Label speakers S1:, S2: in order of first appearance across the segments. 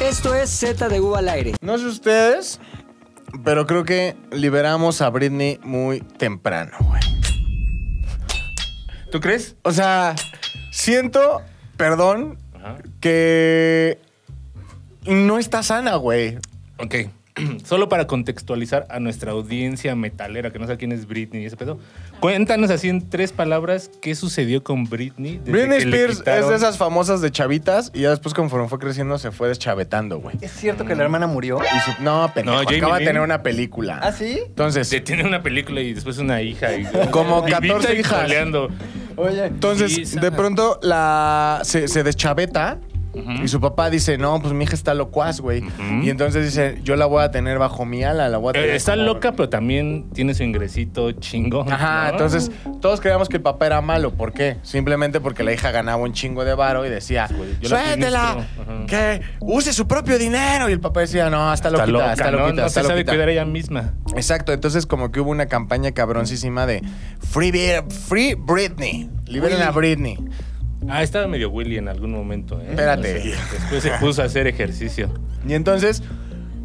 S1: Esto es Z de U al aire.
S2: No sé ustedes, pero creo que liberamos a Britney muy temprano, güey.
S3: ¿Tú crees?
S2: O sea, siento, perdón, que no está sana, güey.
S3: Ok. Solo para contextualizar a nuestra audiencia metalera, que no sabe quién es Britney y ese pedo, cuéntanos así en tres palabras qué sucedió con Britney. desde
S2: Britney
S3: que le
S2: Spears es
S3: quitaron-
S2: de esas famosas de chavitas y ya después conforme fue creciendo se fue deschavetando, güey.
S4: ¿Es cierto que la hermana murió?
S2: Y su- No, pendejo,
S3: Jamie
S2: acaba de
S3: Lynn.
S2: tener una película.
S4: ¿Ah, sí?
S2: Entonces,
S3: Se tiene una película y después una hija. y-
S2: Como
S3: vivita
S2: 14
S3: y
S2: hijas.
S3: coleando.
S4: Oye.
S2: Entonces,
S3: Sí,
S2: de
S3: sana.
S2: pronto la se, se deschaveta y su papá dice, no, pues mi hija está locuaz, güey. Y entonces dice, yo la voy a tener bajo mi ala, la voy a tener
S3: Eh, Está
S2: como-
S3: loca, Ah. pero también tiene su ingresito chingón.
S2: Ajá,
S3: ¿no?
S2: entonces todos creíamos que el papá era malo. ¿Por qué? Simplemente porque la hija ganaba un chingo de varo y decía,
S3: Güey, yo la
S2: suéltela,
S3: administro. Ajá.
S2: que use su propio dinero. Y el papá decía, no, está loquita,
S3: Está
S2: está loquita, está
S3: loca, ¿no?
S2: loquita.
S3: No se sabe cuidar ella misma.
S2: Exacto, entonces como que hubo una campaña cabroncísima de Free, Bri- Free Britney, liberen a Britney.
S3: Ah, estaba medio Willy en algún momento, ¿eh?
S2: Espérate.
S3: O sea, después se puso a hacer ejercicio.
S2: Y entonces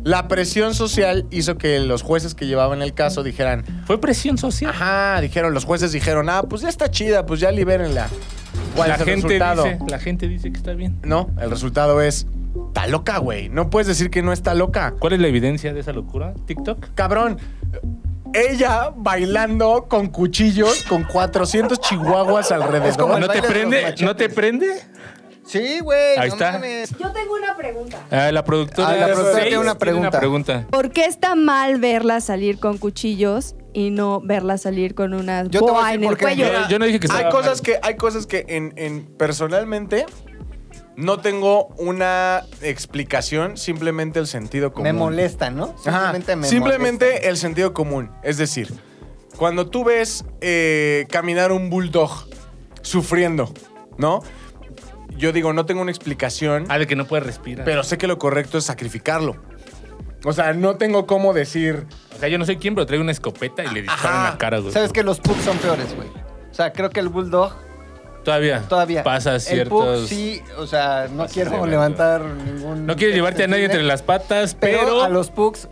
S2: la presión social hizo que los jueces que llevaban el caso dijeran,
S3: Fue presión social.
S2: ajá, dijeron, los jueces dijeron, ah, pues ya está chida, pues ya libérenla. ¿Cuál
S3: la
S2: es el
S3: gente
S2: resultado?
S3: dice, la gente dice que está bien.
S2: No, el resultado es, está loca, güey. No puedes decir que no está loca.
S3: ¿Cuál es la evidencia de esa locura? TikTok.
S2: Cabrón, ella bailando con cuchillos, con 400 chihuahuas alrededor.
S4: Es como el
S3: ¿No te
S4: baile de los
S3: prende?
S4: machetes.
S3: ¿No te prende?
S4: Sí, güey.
S3: Ahí
S4: no
S3: está.
S4: mames.
S5: Yo tengo una pregunta.
S3: Ah, la productora.
S4: Ah, la
S3: de
S4: productora
S3: seis
S4: tiene una pregunta.
S3: pregunta.
S5: ¿Por qué está mal verla salir con cuchillos y no verla salir con una
S4: Yo te voy a
S5: boa
S4: decir
S5: en el
S4: por qué.
S5: cuello?
S3: Yo, yo no dije que
S2: hay
S3: estaba
S2: cosas
S3: mal.
S2: que hay cosas que en, en- personalmente no tengo una explicación, simplemente el sentido común.
S4: Me molesta, ¿no?
S2: Ajá.
S4: Simplemente me
S2: Simplemente
S4: molesta.
S2: el sentido común, es decir, cuando tú ves eh, caminar un bulldog sufriendo, ¿no? Yo digo, no tengo una explicación,
S3: Ah, de que no puede respirar.
S2: pero sé que lo correcto es sacrificarlo. O sea, no tengo cómo decir,
S3: o sea, yo no sé quién, pero trae una escopeta y le disparan
S2: Ajá.
S3: la cara, güey.
S4: Sabes que los pugs son peores, güey. O sea, creo que el bulldog
S3: Todavía.
S4: todavía.
S3: Pasa
S4: El pug
S3: ciertos.
S4: sí, o sea, no
S3: Pasa
S4: quiero
S3: de
S4: levantar ningún.
S3: No quieres llevarte a nadie entre las patas, pero.
S4: a los pugs.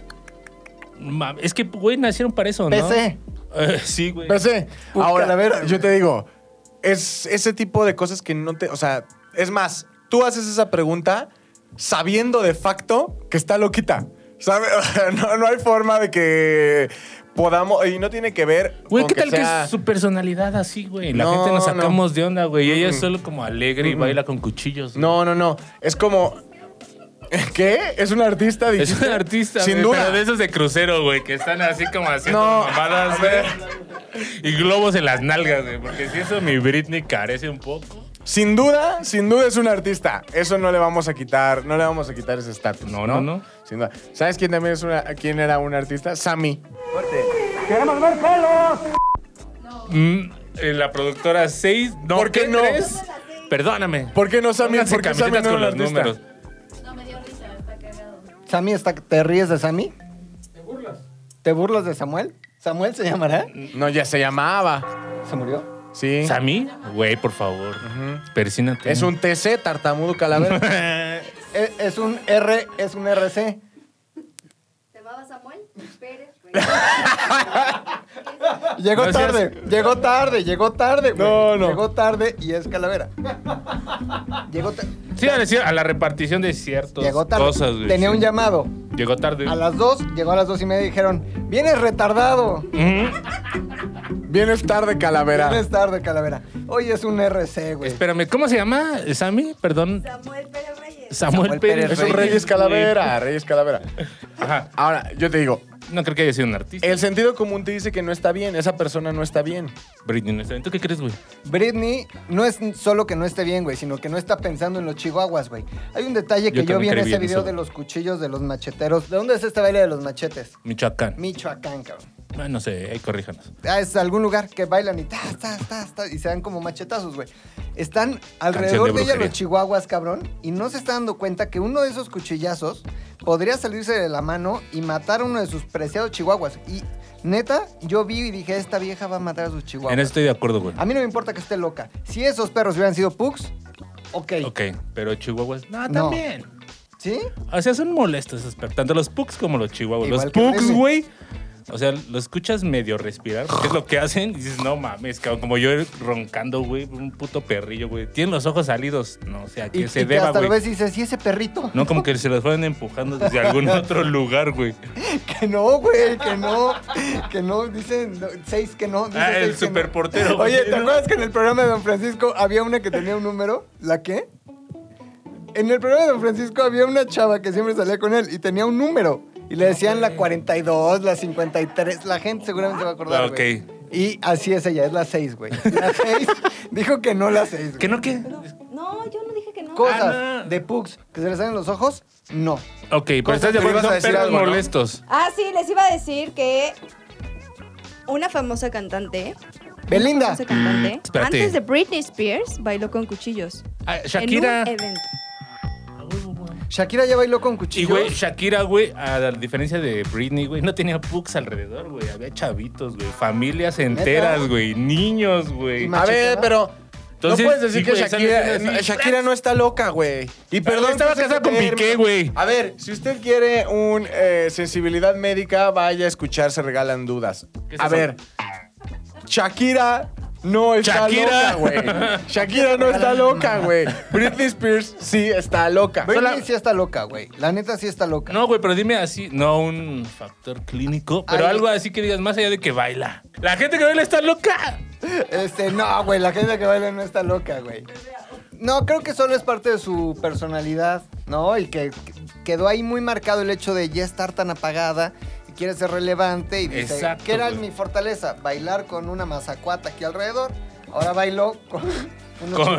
S3: Ma- Es que, güey, nacieron para eso, ¿no?
S4: PC.
S3: Eh, sí, güey.
S2: Pero sí,
S4: Puf,
S2: ahora,
S4: calavera.
S2: yo te digo, es ese tipo de cosas que no te. O sea, es más, tú haces esa pregunta sabiendo de facto que está loquita. ¿Sabes? No, no hay forma de que podamos. Y no tiene que ver.
S3: Güey,
S2: con
S3: ¿qué tal que,
S2: sea-
S3: es su personalidad así, güey? La
S2: No,
S3: gente nos sacamos
S2: no.
S3: de onda, güey. Y ella es
S2: Mm.
S3: solo como alegre y baila con cuchillos. güey.
S2: No, no, no. Es como. ¿Qué? ¿Es un artista?
S3: Es
S2: dijiste?
S3: un artista,
S2: Sin
S3: güey,
S2: duda.
S3: pero de esos de crucero, güey, que están así como haciendo
S2: No,
S3: mamadas,
S2: a ver.
S3: güey. Y globos en las nalgas, güey. Porque si eso mi Britney carece un poco.
S2: Sin duda, sin duda es un artista. Eso no le vamos a quitar, no le vamos a quitar ese estatus.
S3: No, no, no.
S2: Sin duda. ¿Sabes quién también es una, quién era un artista? Sammy.
S3: Mm, eh, la productora 6, no,
S2: ¿Por qué
S3: ¿qué
S2: no?
S3: tres? Perdóname.
S2: ¿Por qué no Sammy?
S3: Pónganse
S2: ¿Por qué Sammy
S3: camisetas
S2: no
S3: con
S2: era
S3: los
S2: un artista?
S3: números.
S4: Sammy está. ¿Te ríes de Sammy? Te burlas. ¿Te burlas de Samuel? ¿Samuel se llamará?
S3: Mm.
S2: No, ya se llamaba.
S4: ¿Se murió?
S2: Sí.
S3: ¿Sami? Güey, por favor. Persínate.
S2: Es un TC, tartamudo calavera.
S4: E- Es, un R, es un RC.
S5: ¿Te llamaba Samuel? Pérez. pues.
S4: Llegó
S3: No seas-
S4: tarde, llegó tarde, llegó tarde, güey.
S2: No, no.
S4: Llegó tarde y es calavera. Llegó, ta-
S3: Sí, a, decir, a la repartición de ciertas
S4: llegó tarde.
S3: cosas, güey.
S4: Tenía
S3: sí.
S4: un llamado.
S3: Llegó tarde.
S4: A las dos, llegó a las dos y media y dijeron, vienes retardado.
S3: Ujú.
S2: Vienes tarde, calavera.
S4: Vienes tarde, calavera. Hoy es un RC, güey.
S3: Espérame, ¿cómo se llama? ¿Sammy? Perdón.
S5: Samuel Pérez Reyes.
S3: Samuel,
S4: Samuel
S3: Pérez.
S4: Pérez
S2: Es un Reyes Calavera, Reyes Calavera.
S3: güey. Ajá.
S2: Ahora, yo te digo,
S3: No creo que haya sido un artista.
S2: el sentido común te dice que no está bien, esa persona no está bien.
S3: Britney no está- ¿Tú qué crees, güey?
S4: Britney no es solo que no esté bien, güey, sino que no está pensando en los chihuahuas, güey. Hay un detalle
S3: Yo
S4: que yo, vi
S3: también
S4: en
S3: creí
S4: ese
S3: en
S4: video
S3: eso.
S4: de los cuchillos de los macheteros. ¿De dónde es este baile de los machetes?
S3: Michoacán.
S4: Michoacán, cabrón.
S3: Ah, no sé, ahí corríjanos.
S4: Ah, es algún lugar que bailan y ta, ta, ta, ta, y se dan como machetazos, güey. Están alrededor
S3: de
S4: de, ella
S3: brujería.
S4: los chihuahuas, cabrón, y no se está dando cuenta que uno de esos cuchillazos podría salirse de la mano y matar a uno de sus preciados chihuahuas. Y neta, yo vi y dije, esta vieja va a matar a sus chihuahuas.
S3: En este- eso estoy de acuerdo, güey.
S4: A mí no me importa que esté loca. Si esos perros hubieran sido pugs, ok.
S3: Ok, pero Chihuahuas. No,
S4: No.
S3: también.
S4: ¿Sí?
S3: O sea, son molestos esos perros, tanto los pugs como los chihuahuas.
S4: Igual
S3: los
S4: que
S3: pugs,
S4: Remy.
S3: güey. O sea, lo escuchas medio respirar, porque es lo que hacen. Y dices, no mames, cabrón, como yo roncando, güey, un puto perrillo, güey. Tienen los ojos salidos, no, o sea, que
S4: Y,
S3: se
S4: y que
S3: deba,
S4: hasta lo
S3: güey.
S4: ves y dices, ¿y ese perrito?
S3: No, como que se los fueron empujando desde algún otro lugar, güey.
S4: Que no, güey, que no. Que no, dicen no, seis que no. dice
S3: Ah, el
S4: seis que no.
S3: superportero.
S4: Oye, ¿te acuerdas que en el programa de Don Francisco había una que tenía un número? ¿La qué? En el programa de Don Francisco había una chava que siempre salía con él y tenía un número. Y le decían la 42, la 53. La gente seguramente se va a acordar.
S3: Ah,
S4: güey.
S3: ok.
S4: Y así es ella, es la 6, güey. La 6 dijo que no la 6.
S3: ¿Que no qué?
S5: No, yo no dije que no.
S4: Cosas
S3: Ah, no.
S4: de pugs que se le salen los ojos, no.
S3: Ok, pero
S2: Cosa,
S3: estás de
S2: pero
S3: acuerdo,
S2: ibas a
S3: son
S2: decir
S3: perros
S2: algo, ¿no?
S3: molestos.
S5: Ah, sí, les iba a decir que una famosa cantante.
S4: Belinda.
S5: Una famosa cantante.
S3: Mm, espérate.
S5: antes de Britney Spears bailó con cuchillos.
S3: Ah, Shakira.
S5: En un evento.
S4: Shakira ya bailó con
S3: Y,
S4: cuchillos.
S3: güey, Shakira, güey, a la diferencia de Britney, güey, no tenía pugs alrededor, güey. Había chavitos, güey. Familias enteras, güey. Niños, güey.
S4: Ima-
S2: A ver, pero.
S3: Entonces,
S2: no puedes decir
S3: sí,
S2: que
S3: güey,
S2: Shakira,
S3: sales en el-
S2: Shakira no está loca, güey. Y perdón.
S3: estaba
S2: que use
S3: casada
S2: este
S3: con Piqué,
S2: término.
S3: güey.
S2: A ver, si usted quiere un eh, sensibilidad médica, vaya a escuchar Se Regalan Dudas.
S3: ¿Qué es
S2: a
S3: eso?
S2: ver, Shakira no está loca,
S3: Shakira.
S2: güey. Shakira no está loca, güey. Britney Spears sí está loca.
S4: Britney
S2: Sola-
S4: sí está loca, güey. La neta sí está loca.
S3: No, güey, pero dime así, no un factor clínico, pero
S4: Ay.
S3: algo así que digas más allá de que baila. La gente que baila está loca.
S4: Este, no, güey, la gente que baila no está loca, güey. No, creo que solo es parte de su personalidad, ¿no? Y que que quedó ahí muy marcado el hecho de ya estar tan apagada y quiere ser relevante y dice,
S3: Exacto,
S4: ¿qué era
S3: güey.
S4: mi fortaleza? Bailar con una mazacuata aquí alrededor. Ahora bailo con unos
S3: Con-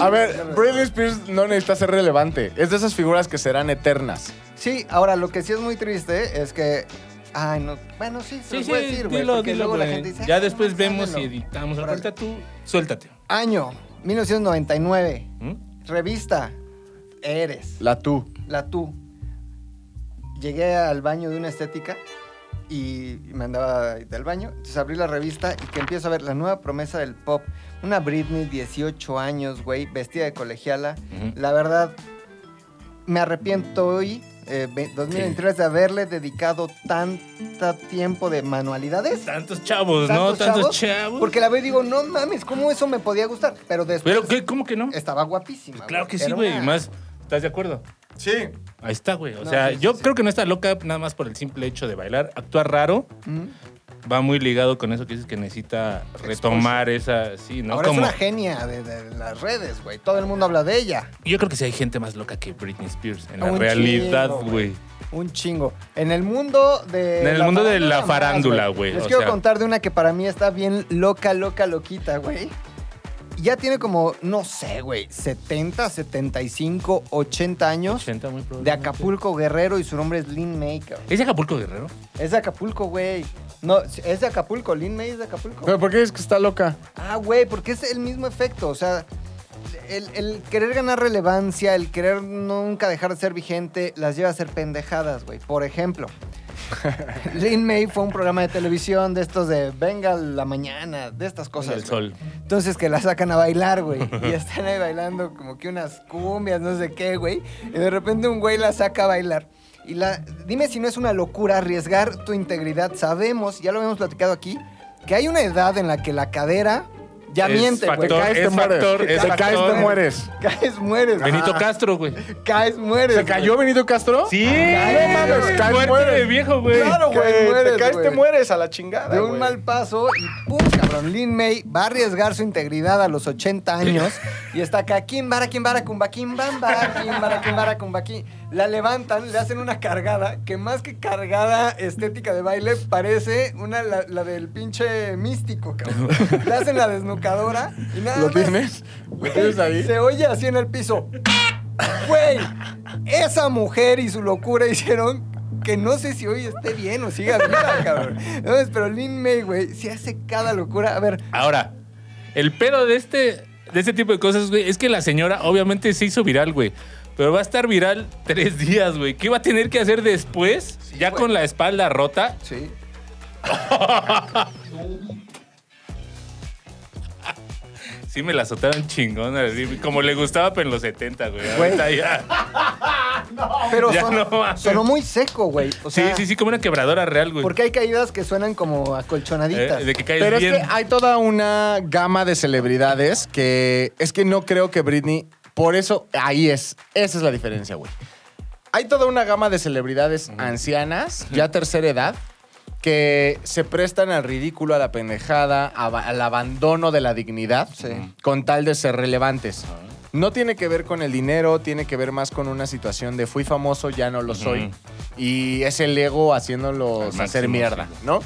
S2: A ver, Britney Spears no necesita ser relevante. Es de esas figuras que serán eternas.
S4: Sí, ahora lo que sí es muy triste es que ay, no, bueno, sí, se
S3: Sí,
S4: los
S3: sí,
S4: voy a decir, güey,
S3: dilo,
S4: porque
S3: dilo,
S4: luego la
S3: güey.
S4: gente dice,
S3: Ya
S4: "Ay,
S3: después
S4: no,
S3: vemos y
S4: sáquenlo".
S3: editamos.
S4: Órale.
S3: Ahorita tú, suéltate.
S4: Año 1999.
S3: ¿Mm?
S4: Revista Eres,
S2: La tú.
S4: la tú. Llegué al baño de una estética y me andaba del baño. Entonces abrí la revista y que empiezo a ver la nueva promesa del pop. Una Britney, 18 años, güey, vestida de colegiala.
S3: Ujú.
S4: La verdad, me arrepiento hoy, eh, ve- 2023, de haberle dedicado tanto tiempo de manualidades.
S3: Tantos chavos, Pues ¿no?
S4: tantos
S3: Tantos chavos.
S4: Porque la veo y digo, no mames, ¿cómo eso me podía gustar? Pero después
S3: Pero, ¿qué? ¿cómo que no?
S4: estaba guapísima.
S3: Pues Claro que
S4: Era
S3: sí, güey.
S4: una-
S3: Y más, ¿estás de acuerdo?
S2: Sí.
S3: Ahí está, güey. O
S4: No,
S3: sea,
S4: sí, sí,
S3: yo
S4: sí.
S3: creo que no está loca nada más por el simple hecho de bailar. Actúa raro.
S4: Ujú.
S3: Va muy ligado con eso que dices que necesita retomar esa, sí, ¿no?
S4: Ahora
S3: Como-
S4: es una genia de, de las redes, güey. Todo el mundo habla de ella.
S3: Yo creo que sí hay gente más loca que Britney Spears en la
S4: Un
S3: realidad,
S4: chingo,
S3: güey.
S4: Un chingo. En el mundo de.
S3: En el mundo de la
S4: más,
S3: farándula, güey,
S4: Les
S3: o
S4: quiero
S3: sea.
S4: contar de una que para mí está bien loca, loca, loquita, güey. Ya tiene como, no sé, güey, 70, 75, 80 años.
S3: 80 muy probablemente.
S4: De Acapulco Guerrero y su nombre es Lynn May, cabrón.
S3: ¿Es de Acapulco Guerrero?
S4: Es de Acapulco, güey. No, es de Acapulco. Lynn May es de Acapulco.
S2: ¿Pero por qué es que está loca?
S4: Ah, güey, porque es el mismo efecto. O sea, el, el querer ganar relevancia, el querer nunca dejar de ser vigente, las lleva a ser pendejadas, güey. Por ejemplo, Lin May fue un programa de televisión de estos de Venga la mañana, de estas cosas.
S3: El
S4: güey.
S3: sol.
S4: Entonces que la sacan a bailar, güey. Y están ahí bailando como que unas cumbias, no sé qué, güey. Y de repente un güey la saca a bailar. Y la, dime si no es una locura arriesgar tu integridad. Sabemos, ya lo habíamos platicado aquí, que hay una edad en la que la cadera ya
S3: Es
S4: miente, güey.
S3: factor,
S4: Caes,
S3: es factor,
S2: Te
S3: es
S2: caes,
S3: factor.
S2: te mueres.
S4: caes, mueres.
S3: Benito
S4: Ajá.
S3: Castro, güey.
S4: Caes, mueres.
S2: ¿Se cayó Benito Castro?
S3: Sí.
S2: No mames,
S3: güey.
S2: caes,
S3: Muerte
S2: mueres.
S3: de viejo, güey.
S2: Claro,
S4: Caes,
S2: güey. Te
S4: mueres,
S2: caes, te
S4: güey.
S2: mueres a la
S4: güey.
S2: chingada.
S4: De un
S2: güey.
S4: mal paso y pum, cabrón. Lin May va a arriesgar su integridad a los 80 años y está acá. Kimbara, Kimbara, Kumba, Kimbamba, Kimbara, Kimbara, Kumba, Kim. La levantan, le hacen una cargada que más que cargada estética de baile parece una la, la del pinche místico, cabrón. Le hacen la desnucadora y nada
S2: ¿Lo
S4: más
S2: tienes? ¿Lo tienes ahí?
S4: se oye así en el piso. Güey, esa mujer y su locura hicieron que no sé si hoy esté bien o siga viva, cabrón. Entonces, pero Lin May, güey, se hace cada locura. A ver,
S3: Ahora, el pedo de este, de este tipo de cosas, güey, es que la señora obviamente se hizo viral, güey. Pero va a estar viral tres días, güey. ¿Qué va a tener que hacer después? ya
S4: güey.
S3: con la espalda rota.
S4: sí.
S3: Si Sí, me la azotaron chingona. así, Como le gustaba, pero en los 70, güey. Ahorita ya.
S4: Pero
S3: Ya
S4: son-
S3: no mames.
S4: sonó muy seco, güey. O sea,
S3: sí, sí, sí, como una quebradora real, güey.
S4: Porque hay caídas que suenan como acolchonaditas.
S3: Eh, de que caes
S2: Pero es
S3: bien.
S2: que ah, hay toda una gama de celebridades que es que no creo que Britney. Por eso ahí es. Esa es la diferencia, güey. Hay toda una gama de celebridades ancianas, ya tercera edad, que se prestan al ridículo, a la pendejada, a ba- al abandono de la dignidad
S4: Sí.
S2: con tal de ser relevantes.
S3: Ah.
S2: No tiene que ver con el dinero, tiene que ver más con una situación de fui famoso, ya no lo soy. Y es el ego haciéndolos
S3: Al
S2: hacer
S3: máximo,
S2: mierda,
S3: sí.
S2: ¿no?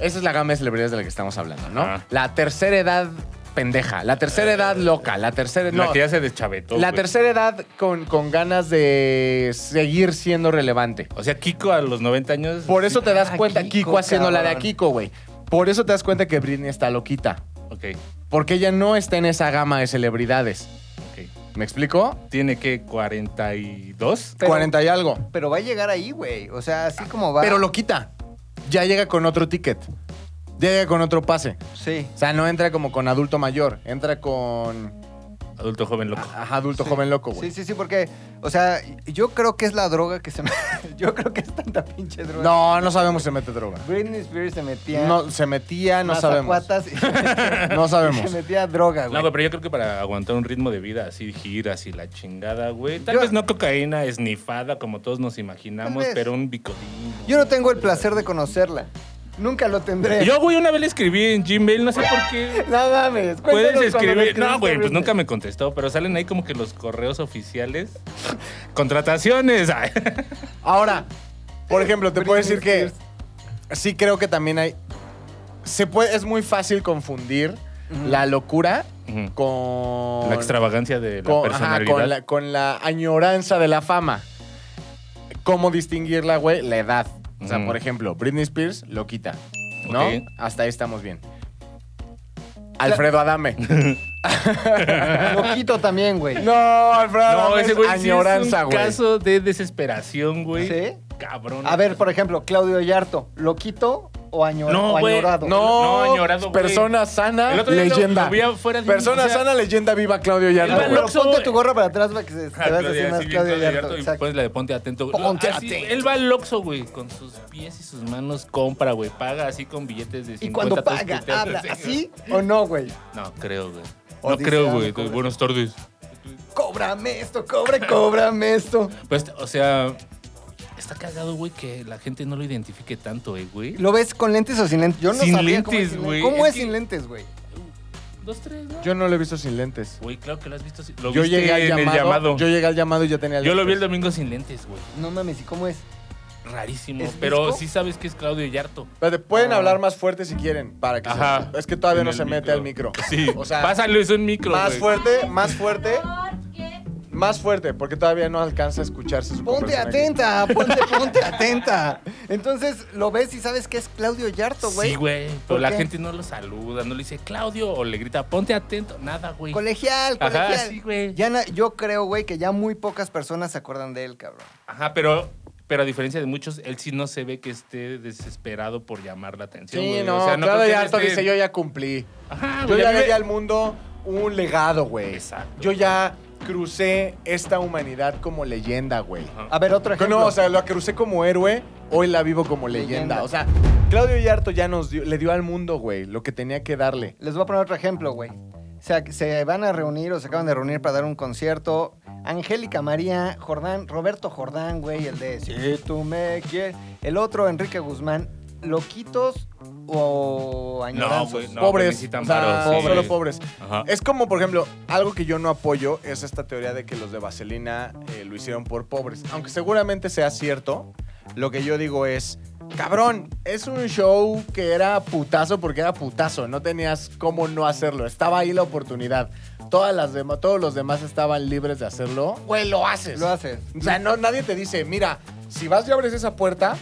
S2: Esa es la gama de celebridades de la que estamos hablando, ¿no?
S3: Ajá.
S2: La tercera edad pendeja, la tercera edad loca, la tercera...
S3: La
S2: no,
S3: que ya se deschavetó.
S2: la
S3: güey.
S2: tercera edad con, con ganas de seguir siendo relevante.
S3: O sea, Kiko a los 90 años.
S2: Por eso te das
S4: Ah,
S2: cuenta,
S4: Kiko,
S2: Kiko, haciendo la de a
S4: cabrón.
S2: Kiko, güey. Por eso te das cuenta que Britney está loquita.
S3: Ok,
S2: Porque ella no está en esa gama de celebridades.
S3: ok.
S2: ¿Me explico?
S3: Tiene que 42.
S4: Pero-
S2: 40 y algo.
S4: Pero va a llegar ahí, güey. O sea, así como va.
S2: Pero lo quita. Ya llega con otro ticket. Ya llega con otro pase.
S4: Sí.
S2: O sea, no entra como con adulto mayor. Entra con
S3: Adulto joven loco.
S2: ajá, adulto
S4: Sí.
S2: joven loco, güey.
S4: Sí, sí, sí, porque, o sea, yo creo que es la droga que se me... yo creo que es tanta pinche droga.
S2: No, no sabemos si se mete droga.
S4: Britney Spears se metía...
S2: No, se metía, no sabemos.
S4: mazacuatas y se metía-
S2: No sabemos.
S4: y Se metía droga,
S3: No,
S4: güey.
S3: güey, pero yo creo que para aguantar un ritmo de vida así, giras y la chingada, güey. Tal
S4: Yo-
S3: vez no cocaína esnifada como todos nos imaginamos,
S4: Tal vez.
S3: pero un bicodín.
S4: Yo no tengo el placer de conocerla. Nunca lo tendré.
S3: Yo, güey, una vez le escribí en Gmail, no sé por qué.
S4: No mames. cuéntanos
S3: Puedes
S4: cuando le
S3: escribir.
S4: escribiste
S3: No,
S4: a
S3: güey, pues
S4: Britney.
S3: nunca me contestó, pero salen ahí como que los correos oficiales. Contrataciones. ay.
S2: Ahora, por ejemplo, te puedo
S4: Britney
S2: decir que sí creo que también hay. Se puede, es muy fácil confundir la locura
S3: Ujú.
S2: con.
S3: La extravagancia de la
S2: con, ajá,
S3: personalidad.
S2: con la, con la añoranza de la fama. ¿Cómo distinguirla, güey? La edad. O sea,
S3: Ujú.
S2: por ejemplo, Britney Spears lo quita. ¿No?
S3: Ok.
S2: Hasta ahí estamos bien. Alfredo Adame.
S4: Lo quito también, güey.
S2: no, Alfredo Adame.
S3: No,
S4: Ah,
S3: ese
S2: es
S3: güey sí es
S2: añoranza,
S3: un
S2: güey.
S3: caso de desesperación, güey.
S4: ¿Ah, ¿Sí?
S3: Cabrón.
S4: A ver, por ejemplo, Claudio Yarto. ¿Lo quito o, añor-
S3: No,
S4: o
S3: güey,
S4: añorado?
S2: No,
S3: No, añorado, güey.
S2: Persona sana,
S3: El otro día lo-
S2: leyenda.
S3: lo vi afuera de un-
S2: persona
S3: o sea,
S2: sana, leyenda viva Claudio
S4: Pero,
S3: Iba al
S2: Yarto.
S4: pero
S3: Oxxo,
S4: ponte
S3: güey.
S4: tu gorra para atrás para que se,
S3: Ah,
S4: te veas así
S3: Claudia, pues,
S4: más
S3: sí, bien,
S4: Claudio Yarto.
S3: Y
S4: exacto.
S3: pones la de ponte atento.
S2: Ponte
S3: Así,
S2: atento.
S3: Él va al Oxxo, güey, con sus pies y sus manos compra, güey. Paga así con billetes de 50.
S4: Y cuando
S3: todos
S4: paga,
S3: puteados,
S4: habla.
S3: sí.
S4: ¿Así o no, güey?
S3: No, creo, güey.
S4: O
S3: No
S4: dice
S3: creo,
S4: algo,
S3: güey.
S4: cobra.
S3: Buenas tardes.
S4: Cóbrame esto, cobre, cóbrame esto.
S3: Pues, o sea, está cagado, güey, que la gente no lo identifique tanto, eh, güey.
S4: ¿Lo ves con lentes o sin lentes? Yo no
S3: Sin
S4: sabía cómo
S3: lentes,
S4: es sin
S3: güey.
S4: ¿Cómo
S3: Es
S4: es
S3: que-
S4: sin lentes, güey?
S3: Dos, tres, ¿no?
S2: Yo no lo he visto sin lentes.
S3: Güey, claro que lo has visto. sin- Lo
S2: Yo
S3: viste
S2: llegué, al
S3: en
S2: llamado,
S3: el llamado.
S2: yo
S3: Yo,
S2: llegué al llamado y ya tenía
S3: lo vi el
S2: lentes.
S3: domingo sin lentes, güey.
S4: No mames, ¿y cómo es?
S3: Rarísimo.
S4: ¿Es
S3: Pero
S4: disco?
S3: sí sabes que es Claudio Yarto.
S2: Espérate, pueden hablar más fuerte si quieren. Para que se-
S3: Ajá.
S2: es que todavía
S3: En
S2: no
S3: el
S2: se mete al micro.
S3: Sí.
S2: O sea,
S3: Pásale, es un micro.
S2: más
S3: güey.
S2: fuerte, más fuerte, más fuerte, porque todavía no alcanza a escucharse su
S4: Ponte
S2: conversación
S4: atenta, ponte, ponte atenta. Entonces lo ves y sabes que es Claudio Yarto, güey.
S3: Sí, güey. Pero
S4: ¿Por
S3: la
S4: qué?
S3: gente no lo saluda, no le dice Claudio o le grita, ponte atento. Nada, güey.
S4: Colegial,
S3: Ajá,
S4: colegial.
S3: sí, güey.
S4: Ya na- yo creo, güey, que ya muy pocas personas se acuerdan de él, cabrón.
S3: Ajá, pero. Pero a diferencia de muchos, él sí no se ve que esté desesperado por llamar la atención.
S2: aquí. Sí,
S3: güey.
S2: no,
S3: O sea,
S2: Claudio
S3: creo que él
S2: Yarto
S3: esté-
S2: dice, yo ya cumplí.
S3: Ajá,
S2: Yo
S3: Ah, güey, a
S2: ya
S3: mí me-
S2: le di al mundo un legado, güey.
S3: Exacto.
S2: Yo ya crucé esta humanidad como leyenda, güey.
S3: Ajá.
S4: A ver, otro
S2: Que
S4: ejemplo.
S2: No, o sea, la crucé como héroe, hoy la vivo como leyenda.
S4: Leyenda.
S2: O sea, Claudio Yarto ya nos dio- le dio al mundo, güey, lo que tenía que darle.
S4: Les voy a poner otro ejemplo, güey. O sea, que se van a reunir o se acaban de reunir para dar un concierto. Angélica María Jordán, Roberto Jordán, güey, el de Si tú me quieres. El otro, Enrique Guzmán. ¿Loquitos o
S3: No,
S4: añoranzos?
S3: güey, no. pues
S2: pobres,
S3: necesitan
S2: o sea,
S3: varo, sí.
S2: solo pobres.
S3: Ajá.
S4: Eh,
S2: Es como, por ejemplo, algo que yo no apoyo es esta teoría de que los de Vaselina eh, lo hicieron por pobres. Aunque seguramente sea cierto, lo que yo digo es, cabrón, es un show que era putazo porque era putazo, no tenías cómo no hacerlo, estaba ahí la oportunidad. Todas las demás, todos los demás estaban libres de hacerlo. Güey, lo haces.
S4: Lo haces.
S2: O sea, no, nadie te dice, mira, si vas y abres esa puerta,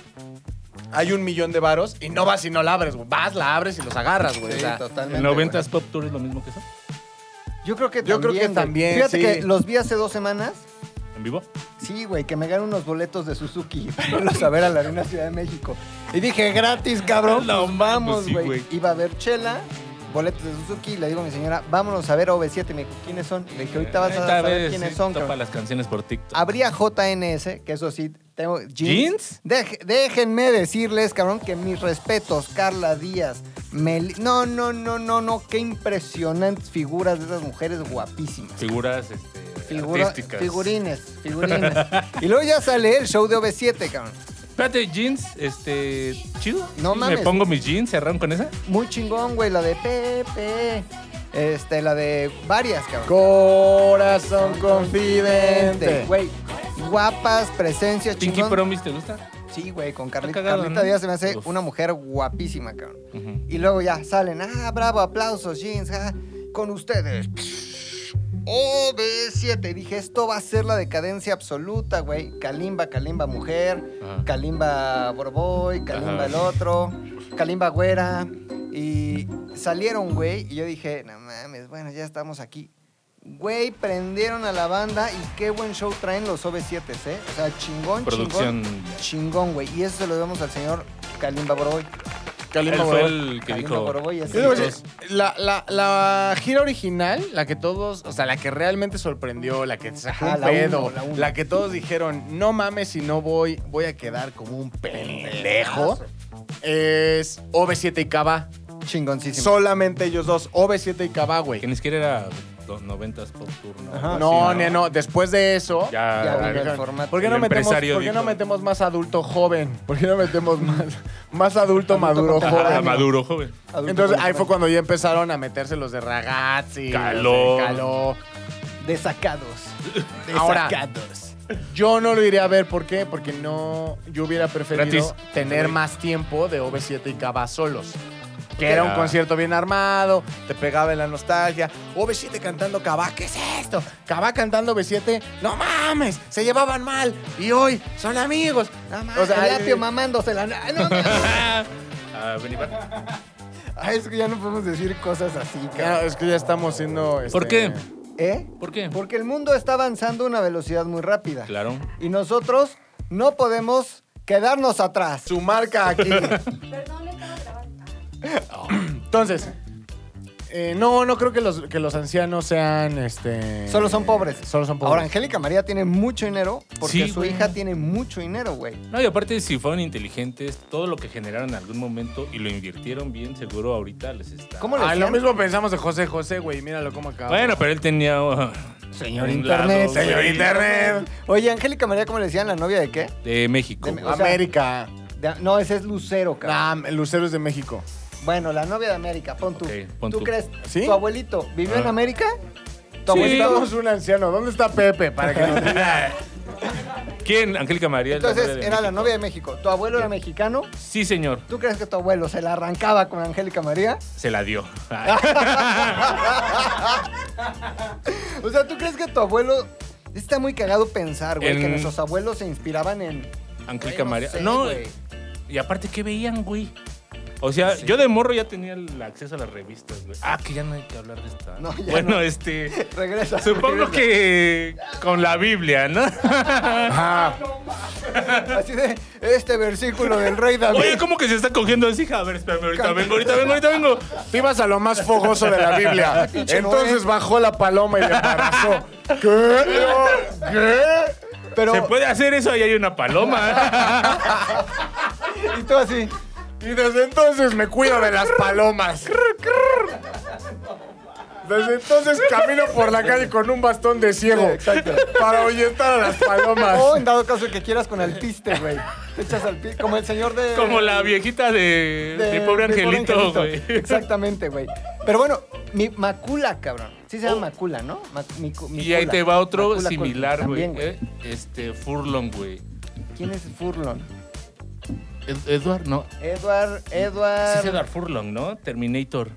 S2: hay un millón de varos y no vas y no la abres, güey. Vas, la abres y los agarras, güey. O
S4: Sí,
S2: sea,
S4: totalmente.
S3: ¿El 90s Pop Tour es lo mismo que eso?
S4: güey. Yo creo que
S2: Yo
S4: también.
S2: creo que
S4: güey.
S2: también,
S4: Fíjate
S2: sí.
S4: que los vi hace dos semanas.
S3: ¿En vivo?
S4: Sí, güey, que me gané unos boletos de Suzuki para irlos a ver a la Arena Ciudad de México. Y dije, gratis, cabrón.
S3: No,
S4: pues vamos,
S3: pues sí,
S4: güey.
S3: güey.
S4: Iba a ver Chela, boletos de Suzuki y le digo a mi señora, vámonos a ver OV7. Me dijo, ¿quiénes son? Le dije, ahorita vas a
S3: Esta
S4: saber
S3: vez
S4: quiénes
S3: sí
S4: son.
S3: Topa
S4: cabrón".
S3: las canciones por TikTok.
S4: Habría JNS, que eso sí, tengo
S3: ¿Jeans?
S4: jeans. Dej- déjenme decirles, cabrón, que mis respetos, Carla Díaz, Meli... No, no, no, no, no, qué impresionantes figuras de esas mujeres guapísimas.
S3: Figuras este,
S4: Figura-
S3: artísticas.
S4: figurines, figurines. y luego ya sale el show de OV7, cabrón.
S3: Espérate, jeans, este. Chido.
S4: No
S3: Sí,
S4: mames.
S3: Me pongo mis jeans, cerraron con esa.
S4: Muy chingón, güey, la de Pepe. Este, la de varias, cabrón.
S2: Corazón confidente.
S4: Güey, guapas, presencias,
S3: Pinky
S4: chingón.
S3: Promise, ¿te gusta?
S4: Sí, güey, con Carlita.
S3: Está cagado,
S4: Carlita
S3: ¿no?
S4: Díaz se me hace
S3: Uf.
S4: una mujer guapísima, cabrón.
S3: Ujú.
S4: Y luego ya salen, ah, bravo, aplausos, jeans, ah, con ustedes. OB7. Dije, esto va a ser la decadencia absoluta, güey. Kalimba, Kalimba mujer,
S3: Ajá.
S4: Kalimba Borboy, Kalimba
S3: Ajá.
S4: el otro, Kalimba güera. Y salieron, güey, y yo dije, no mames, bueno, ya estamos aquí. Güey, prendieron a la banda y qué buen show traen los OB7, ¿eh? O sea, chingón,
S3: Producción.
S4: chingón. Chingón, güey. Y eso se lo debemos al señor Kalimba Borboy.
S3: Él
S2: Kalimba
S3: fue
S2: Borboy.
S3: el que
S4: Kalimba
S3: dijo.
S4: Borboy,
S2: Yo
S4: así.
S2: digo, oye, La, la, la gira original, la que todos, o sea, la que realmente sorprendió, la que sacó
S4: Ajá,
S2: un
S4: Ah, la uno,
S2: pedo,
S4: la
S2: la,
S4: uno.
S2: que todos dijeron, no mames si no voy, voy a quedar como un pendejo, es OV7 y Cava.
S4: Chingoncísimo.
S2: Solamente ellos dos, OV7 y Cava, güey.
S3: Que ni siquiera era do- 90s pop tour, ¿no?
S4: Ajá.
S2: No,
S3: Algo
S2: no,
S3: así,
S2: no, después de eso...
S3: Ya,
S4: Ya
S3: ya,
S4: vino el
S2: dijeron,
S4: formato.
S2: ¿Por qué, no
S3: El
S2: metemos,
S3: empresario
S2: ¿por qué no
S3: dijo.
S2: metemos más adulto joven? ¿Por qué no metemos más, más adulto maduro
S4: con
S2: joven?
S3: maduro, joven.
S4: Adulto
S2: Entonces ahí
S4: contemporáneo.
S2: fue cuando ya empezaron a meterse los de ragazzi.
S3: Caló.
S2: los de Caló.
S4: Desacados.
S2: Ahora-
S4: Desacados.
S2: Yo no lo iría a ver, ¿por qué? Porque no. Yo hubiera preferido
S3: Gratis.
S2: tener
S3: Sí.
S2: más tiempo de OV7 y Cava solos. Que era un
S3: Ah.
S2: concierto bien armado, te pegaba en la nostalgia. OV7 cantando Cava, ¿qué es esto? Cava cantando OV7, no mames, se llevaban mal y hoy son amigos.
S4: Nada más,
S2: O sea,
S4: el apio
S2: eh,
S4: mamándosela. No, no, no.
S3: Ah, vení, va.
S4: Este, Ay, es que ya no podemos decir cosas así,
S2: Ya,
S4: cabrón.
S2: es que ya estamos siendo. este,
S3: ¿Por qué?
S4: ¿Eh?
S3: ¿Por qué?
S4: Porque el mundo está avanzando a una velocidad muy rápida.
S3: Claro.
S4: Y nosotros no podemos quedarnos atrás.
S2: Su marca aquí. Entonces, eh, no, no creo que los, que los ancianos sean, este...
S4: Solo son pobres.
S2: Solo son pobres.
S4: Ahora, Angélica María tiene mucho dinero porque
S3: Sí,
S4: su
S3: güey.
S4: hija tiene mucho dinero, güey.
S3: No, y aparte, si fueron inteligentes, todo lo que generaron en algún momento y lo invirtieron bien, seguro ahorita les está.
S4: ¿Cómo le
S2: Ay, Ah, lo
S4: decían?
S2: mismo pensamos de José José, güey. Míralo cómo acaba.
S3: Bueno, pero él tenía. uh,
S4: Señor
S3: un
S4: Internet.
S3: lado,
S2: Señor
S3: güey,
S2: Internet.
S4: Oye, Angélica María, ¿cómo le decían? ¿La novia de qué?
S3: De México.
S4: De-
S3: güey.
S4: o sea,
S2: América.
S4: De- no, ese es Lucero, cabrón.
S2: Nah, Luceros de México.
S4: Bueno, la novia de América, pon tú.
S3: Ok, pon
S4: ¿Tú,
S3: tú.
S4: crees?
S2: ¿Sí?
S4: ¿Tu abuelito vivió en
S3: Ah.
S4: América? ¿Tu
S3: Sí.
S4: abuelito?
S2: Estamos un anciano. ¿Dónde está Pepe? Para que nos diga.
S3: Ah. ¿Quién? Angélica María. la
S4: Entonces
S3: novia de
S4: era la
S3: México.
S4: novia de México. ¿Tu abuelo era mexicano?
S3: Sí, señor.
S4: ¿Tú crees que tu abuelo se la arrancaba con Angélica María?
S3: Se la dio. Ah.
S4: O sea, ¿tú crees que tu abuelo... Está muy cagado pensar, güey,
S3: En-
S4: que nuestros abuelos se inspiraban en...
S3: Angélica
S4: Güey, no
S3: María.
S4: sé,
S3: no,
S4: güey.
S3: y aparte, ¿qué veían, güey? O sea, yo de morro ya tenía el acceso a las revistas, güey. Ah, que ya no hay que hablar de esta.
S4: No, ya
S3: bueno,
S4: no.
S3: este.
S4: Regresa.
S3: Supongo
S4: regresa.
S3: que con la Biblia, ¿no?
S2: Ah,
S4: Así de, este versículo del rey David.
S3: Oye, ¿cómo que se está cogiendo así? A ver, espérame, ahorita vengo, ahorita vengo, ahorita vengo.
S2: te ibas a lo más fogoso de la Biblia.
S4: Pinche
S2: Entonces
S4: Noé.
S2: bajó la paloma y le embarazó. ¿Qué? ¿Qué?
S4: pero,
S3: Se puede hacer eso, ahí hay una paloma.
S4: y tú así.
S2: Y desde entonces me cuido de las palomas. Desde entonces camino por la calle con un bastón de ciego.
S4: Exacto.
S2: Para ahuyentar a las palomas.
S4: O "Oh, en dado caso que quieras con alpiste, güey. Te echas al pi- como el señor de...
S3: ¿eh? Como la viejita de, de pobre
S4: de
S3: angelito, güey.
S4: Angelito. Exactamente, güey. Pero bueno, mi Macula, cabrón. Sí se llama Macula, ¿no? Ma- mi- mi-
S3: Oh. Y ahí
S4: Macula.
S3: te va otro
S4: Macula Culkin
S3: similar, güey.
S4: también,
S3: eh, Este, Furlong, güey.
S4: ¿Quién es Furlon?
S3: Ed- Edward, no.
S4: Edward, Edward.
S3: Sí es Edward Furlong, ¿no? Terminator.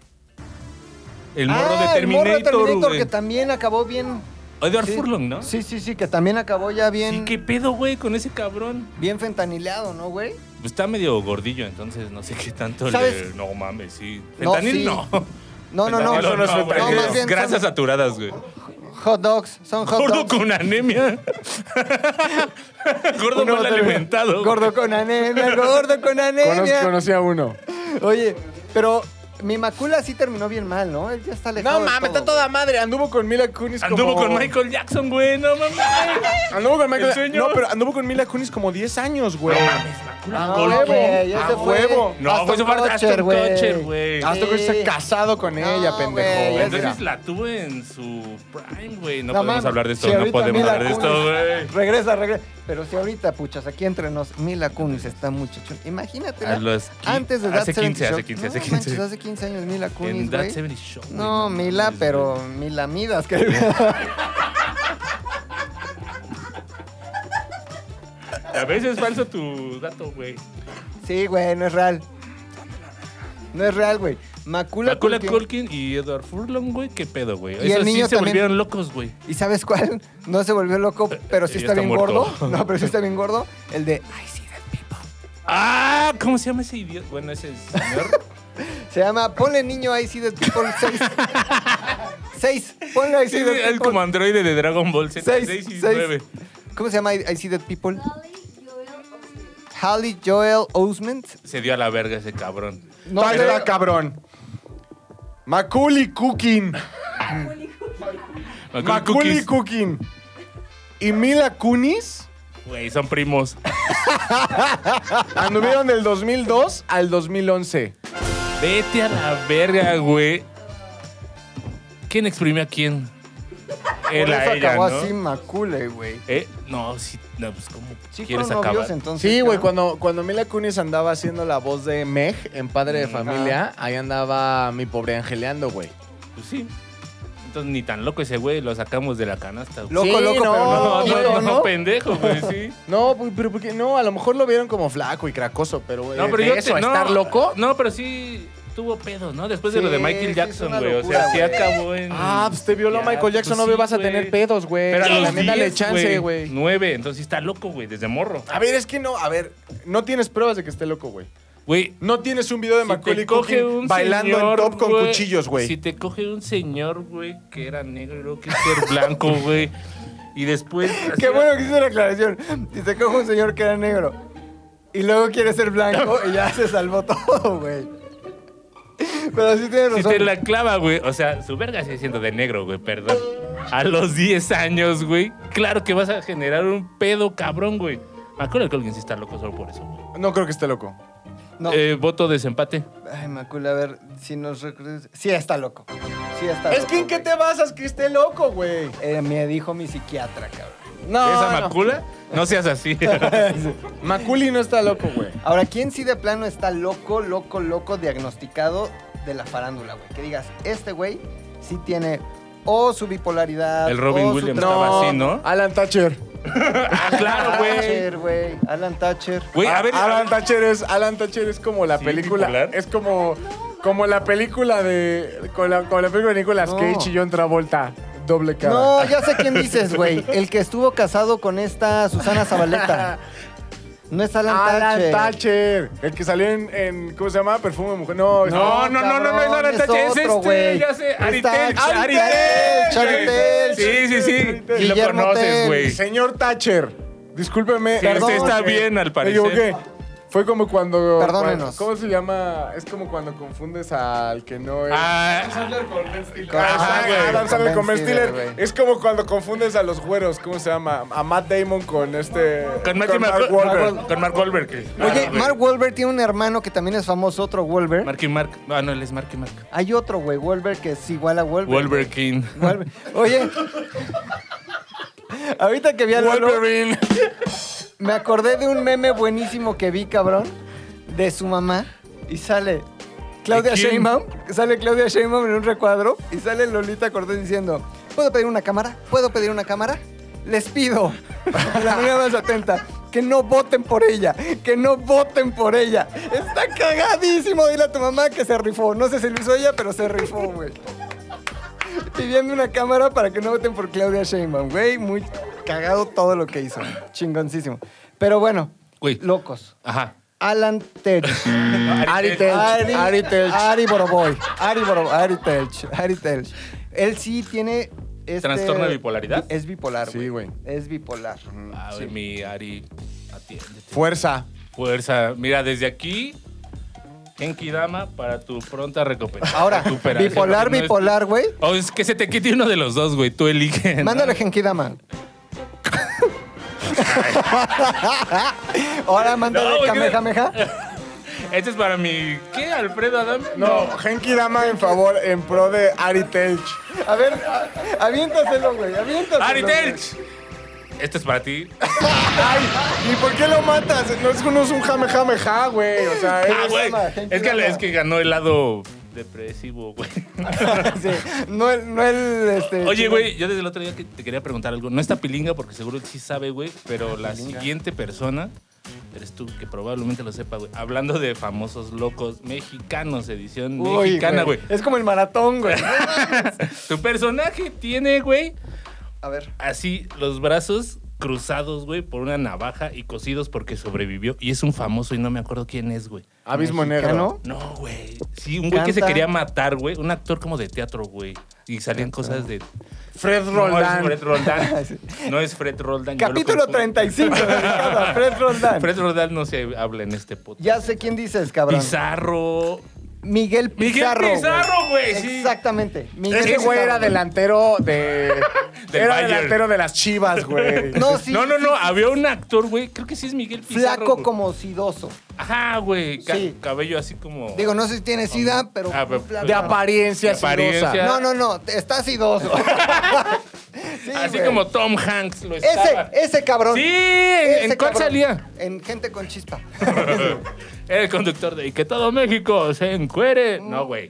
S3: El morro
S4: Ah,
S3: de
S4: el morro de
S3: Terminator,
S4: Terminator
S3: güey.
S4: que también acabó bien.
S3: Edward
S4: Sí.
S3: Furlong, ¿no?
S4: Sí, sí, sí, que también acabó ya
S3: Sí,
S4: bien.
S3: qué pedo, güey, con ese cabrón.
S4: Bien fentanileado, ¿no, güey?
S3: Pues Está medio gordillo, entonces no sé qué tanto
S4: ¿Sabes?
S3: le... No mames, sí.
S4: No,
S3: Fentanil
S4: sí.
S3: no.
S4: No, no, no.
S2: Fentanilo
S3: Fentanil
S2: no es
S3: güey.
S2: fentanil.
S4: No, más bien
S3: Grasas
S4: son-
S3: saturadas, güey.
S4: Hot dogs, son hot
S3: Gordo
S4: dogs.
S3: con anemia. Gordo
S4: Uno
S3: mal
S4: de-
S3: alimentado.
S4: Gordo con anemia, gordo con anemia.
S2: Conoz- conocí a uno.
S4: Oye, pero mi Macula sí terminó bien mal, ¿no? Él ya está alejado
S2: No
S4: de
S2: mames,
S4: todo,
S2: está toda madre. Anduvo con Mila Kunis
S3: Anduvo
S2: como-
S3: con Michael Jackson, güey. No mames.
S2: Anduvo con Michael
S3: ¿El sueño?
S2: No, pero anduvo con Mila Kunis como 10 años, güey. Ah,
S4: güey.
S2: A
S4: No, güey,
S2: huevo.
S4: ya
S2: A
S4: se fue.
S2: huevo.
S3: No, güey,
S4: Aston
S3: eso fue
S4: Kutcher,
S3: Aston
S4: güey.
S3: Kutcher, güey.
S4: Ah,
S2: Hasta que está casado con
S4: No,
S2: ella, pendejo.
S4: güey, ya
S2: Mira.
S3: Pues Entonces la tuvo en su prime, güey. No,
S4: No
S3: podemos
S4: mames,
S3: hablar de esto,
S4: si
S3: no
S4: ahorita
S3: podemos
S4: Mila
S3: hablar de esto, güey.
S4: Regresa, regresa. Pero si ahorita, puchas, aquí entre nos, Mila Kunis está muchachón. Imagínate.
S3: A los qui-
S4: Antes de That
S3: hace
S4: 70
S3: 15, hace
S4: Shock.
S3: 15, hace
S4: No
S3: 15.
S4: manches, hace 15 años Mila Kunis,
S3: En That
S4: güey.
S3: 70 Show. güey,
S4: No, Mila,
S3: mames,
S4: pero
S3: güey.
S4: Mila Midas. Que...
S3: A veces es falso tu dato, güey.
S4: sí, güey, no es real. No es real, güey. Macula,
S3: Macula
S4: Culkin.
S3: Culkin y Edward Furlong, güey. ¿Qué pedo, güey?
S4: Y el
S3: Eso sí
S4: niño
S3: se
S4: también.
S3: volvieron locos, güey.
S4: ¿Y sabes cuál? No se volvió loco, pero sí
S3: Ya
S4: está,
S3: está
S4: bien
S3: muerto.
S4: gordo. No, pero sí está bien gordo. El de I see that people.
S3: ¡Ah! ¿Cómo se llama ese idiota? Bueno, ese señor.
S4: Se llama Ponle niño I see that people 6. 6. Ponle I
S3: Sí,
S4: see that
S3: el como
S4: people.
S3: androide de Dragon Ball Z.
S4: Seis,
S3: 6 y
S4: seis.
S3: 9.
S4: ¿Cómo se llama I, I see that people?
S6: Sally Joel Osment.
S4: Halle Joel Osment.
S3: Se dio a la verga ese cabrón.
S4: No
S2: Ahí
S4: sé.
S2: está, cabrón. Maculi Cooking.
S3: Macul
S2: Maculi
S3: Cookies.
S2: Cooking. Y Mila Kunis
S3: Güey, son primos.
S2: anduvieron del 2002 al 2011.
S3: Vete a la verga, güey. ¿Quién exprimió a quién? Él
S4: Por eso
S3: a ella,
S4: acabó
S3: ¿no?
S4: así Macule, güey.
S3: ¿Eh? No, sí, no, pues ¿cómo
S4: Sí,
S3: quieres
S4: fueron novios
S3: acabar?
S4: entonces.
S2: Sí, güey,
S4: ¿no?
S2: cuando, cuando Mila Kunis andaba haciendo la voz de Meg en Padre de
S3: Mm,
S2: Familia, ahí andaba mi pobre angeleando, güey.
S3: Pues sí. Entonces ni tan loco ese güey, lo sacamos de la canasta. güey.
S4: Loco,
S2: Sí,
S4: loco,
S2: no,
S4: pero no.
S3: No, no,
S2: pero
S3: no,
S2: no.
S3: pendejo, güey, sí.
S2: No, güey, pero porque no, a lo mejor lo vieron como flaco y cracoso, pero güey,
S3: No, pero
S2: de
S3: yo
S2: eso,
S3: te-
S2: a
S3: no,
S2: estar loco.
S3: No, pero sí tuvo pedo, ¿no? Después de
S4: Sí,
S3: lo de
S4: sí,
S3: Michael
S4: es
S3: Jackson,
S4: una
S3: güey. O
S4: locura,
S3: sea, sí
S4: güey.
S3: acabó en.
S2: Ah, pues te violó
S3: Ya,
S2: Michael Jackson,
S3: pues
S2: no me
S3: sí,
S2: vas a
S3: güey.
S2: tener pedos, güey.
S3: Pero a los
S2: También dale
S3: 10,
S2: chance, güey.
S3: Nueve, entonces sí está loco, güey, desde morro.
S2: A ver, es que no, a ver, no tienes pruebas de que esté loco, güey.
S3: Güey,
S2: No tienes un video de
S3: Si
S2: Macaulay
S3: te coge
S2: Culkin
S3: un
S2: bailando
S3: señor,
S2: en top con
S3: güey,
S2: cuchillos, güey.
S3: Si te coge un señor, güey, que era negro, que ser blanco, güey. Y después.
S4: Qué bueno que hizo la aclaración. Si se coge un señor que era negro y luego quiere ser blanco, y ya se salvó todo, güey. Pero sí tienes
S3: Si
S4: razón.
S3: te la clava, güey. O sea, su verga sigue siendo de negro, güey, perdón. A los 10 años, güey. Claro que vas a generar un pedo cabrón, güey. Me acuerdo que alguien sí está loco solo por eso, güey.
S2: No creo que esté loco.
S4: No.
S3: Eh, voto desempate.
S4: Ay, Macula, a ver, si nos recrudes. Sí, está loco. Sí, está
S2: Es
S4: loco,
S2: que en qué
S4: güey.
S2: te basas que esté loco, güey.
S4: Eh, me dijo mi psiquiatra, cabrón.
S2: No,
S3: ¿Esa
S2: no.
S3: macula? No seas así. Ah,
S2: Maculi no está loco, güey.
S4: Ahora, ¿quién sí de plano está loco, loco, loco, diagnosticado de la farándula, güey? Que digas, este güey sí tiene o su bipolaridad.
S3: El Robin
S4: o su
S3: Williams
S4: trastorno-
S3: estaba así, ¿no?
S2: Alan Thatcher.
S3: ah, claro, güey.
S4: Thatcher, güey. Alan Thatcher.
S3: Güey, a
S2: A-
S3: ver.
S2: Alan Thatcher es Alan Thatcher es como la
S3: Sí,
S2: película,
S3: bipolar.
S2: es como como la película de con la, con la película de Nicolas
S4: No.
S2: Cage y John Travolta, doble cara.
S4: No, ya sé quién dices, güey. El que estuvo casado con esta Susana Zabaleta. No es Alan,
S2: Alan
S4: Thatcher.
S2: Thatcher, el que salió en, en- ¿cómo se llama? Perfume de mujer. No,
S3: No, no, no, no, no es Alan
S4: cabrón,
S3: Thatcher,
S4: es
S3: es
S4: otro,
S3: este,
S4: güey.
S3: ya sé,
S4: Está
S3: Aritel,
S4: Char-
S3: Aritel, güey.
S4: Charitel,
S3: Sí, sí, sí,
S2: Charitel.
S3: sí lo
S4: Guillermo
S3: conoces,
S4: Tell.
S3: güey.
S2: Señor Thatcher, discúlpeme.
S3: Sí, usted está
S2: porque
S3: bien, al
S2: me
S3: parecer.
S2: equivoqué. Fue como cuando.
S4: Perdónenos.
S2: cuando- ¿Cómo se llama? Es como cuando confundes al que no es.
S3: Ah,
S2: Ajá,
S3: Ah, güey.
S2: Adam Sandler con Ben Stiller.
S4: güey.
S2: Es como cuando confundes a los güeros, ¿cómo se llama? A Matt Damon con este.
S3: con Matthew
S2: Mark
S3: Mark
S2: Wahlberg.
S3: Wahlberg. Con Mark Wahlberg.
S4: Oye,
S3: Claro, Ah, güey.
S4: Mark Wahlberg tiene un hermano que también es famoso, otro Wahlberg.
S3: Mark y Mark. Ah, no, él es Mark y Mark.
S4: Hay otro, güey, Wahlberg que es igual a Wahlberg.
S3: Wahlberg King.
S4: Wahlberg. Oye. Ahorita que vi a Lolo,
S2: Wolverine.
S4: me acordé de un meme buenísimo que vi, cabrón, de su mamá. Y sale Claudia
S3: ¿De quién?
S4: Sheinbaum. Sale Claudia Sheinbaum en un recuadro. Y sale Lolita Cortés diciendo, ¿puedo pedir una cámara? ¿Puedo pedir una cámara? Les pido, a la manera más atenta, que no voten por ella. Que no voten por ella. Está cagadísimo. Dile a tu mamá que se rifó. No sé si lo hizo ella, pero se rifó, güey. Pidiendo una cámara para que no voten por Claudia Sheinbaum, güey. Muy cagado todo lo que hizo. Chingoncísimo. Pero bueno,
S3: Güey.
S4: locos.
S3: Ajá.
S4: Alan Telch.
S2: Ari Telch.
S4: Ari,
S2: Ari Telch.
S4: Ari Boroboy. Ari Boroboy. Ari Telch. Ari Telch. Él sí tiene... este-
S3: ¿Trastorno de bipolaridad?
S4: Es bipolar, güey.
S2: Sí, güey.
S4: Es bipolar.
S3: A ver, mi Ari, atiéndete.
S2: Fuerza.
S3: Fuerza. Mira, desde aquí en Kidama para tu pronta recompensa.
S4: Ahora,
S3: Recuperación,
S4: bipolar,
S3: porque no es-
S4: bipolar, güey.
S3: O es que se te quite uno de los dos, güey. Tú eliges. ¿no?
S4: Mándale Genkidama. Ahora
S3: No,
S4: mándale
S3: güey,
S4: Kamehameha.
S3: Este es para mi. ¿Qué? ¿Alfredo Adame?
S2: No, Genki Dama en favor, en pro de Ari Telch.
S4: A ver, a- aviéntaselo, güey. Aviéntaselo.
S3: ¡Ari
S4: güey.
S3: Telch! Este es para ti.
S2: Ay, ¿y por qué lo matas? No es uno es un jame jame ja, güey. O sea,
S3: Ah,
S2: es...
S3: güey.
S4: Genki
S3: Es que,
S4: Dama.
S3: es que ganó el lado depresivo, güey.
S4: Sí, No el, no el, este.
S3: Oye,
S4: chico.
S3: güey, yo desde el otro día que te quería preguntar algo. No está pilinga porque seguro sí sabe, güey, pero la siguiente persona eres tú que probablemente lo sepa, güey. Hablando de famosos locos mexicanos, edición
S4: Uy,
S3: mexicana, güey.
S4: Es como el maratón, güey.
S3: Tu personaje tiene, güey,
S4: A ver.
S3: así los brazos cruzados, güey, por una navaja y cosidos porque sobrevivió. Y es un famoso y no me acuerdo quién es, güey.
S2: Abismo negro.
S4: ¿Mexicano?
S3: No, güey. Sí, un güey que se
S4: Canta.
S3: quería matar, güey. Un actor como de teatro, güey. Y salían cosas de...
S2: Fred
S3: No es
S2: Roldán.
S3: Fred Roldán. No es Fred Roldán. yo lo
S4: Capítulo
S3: confundo.
S4: 35 dedicado a Fred Roldán.
S3: Fred Roldán no se habla en este podcast.
S4: Ya sé quién dices, cabrón.
S3: Pizarro.
S4: Miguel
S3: Miguel
S4: Pizarro.
S3: Pizarro, güey, sí.
S4: Exactamente. Miguel
S2: Ese Este güey era
S4: Pizarro.
S2: delantero de...
S3: Del
S2: era
S3: Bayern.
S2: delantero de las chivas, güey.
S4: No, sí.
S3: no, no,
S4: sí,
S3: no. Había un actor, güey. Creo que sí es Miguel Pizarro.
S4: Flaco
S3: güey.
S4: como sidoso.
S3: Ajá, güey. ca-
S4: Sí.
S3: Cabello así como...
S4: Digo, no sé si tiene sida, pero.
S3: Ah, pero-
S2: De apariencia,
S3: De apariencia.
S2: sidosa.
S4: No, no, no. Está sidoso. Sí,
S3: así
S4: güey.
S3: como Tom Hanks lo
S4: Ese,
S3: estaba.
S4: ese cabrón.
S3: Sí,
S4: Ese
S3: ¿en cuál
S4: cabrón.
S3: salía?
S4: En Gente con Chispa.
S3: Era el conductor de... Y que todo México se encuere. No, güey.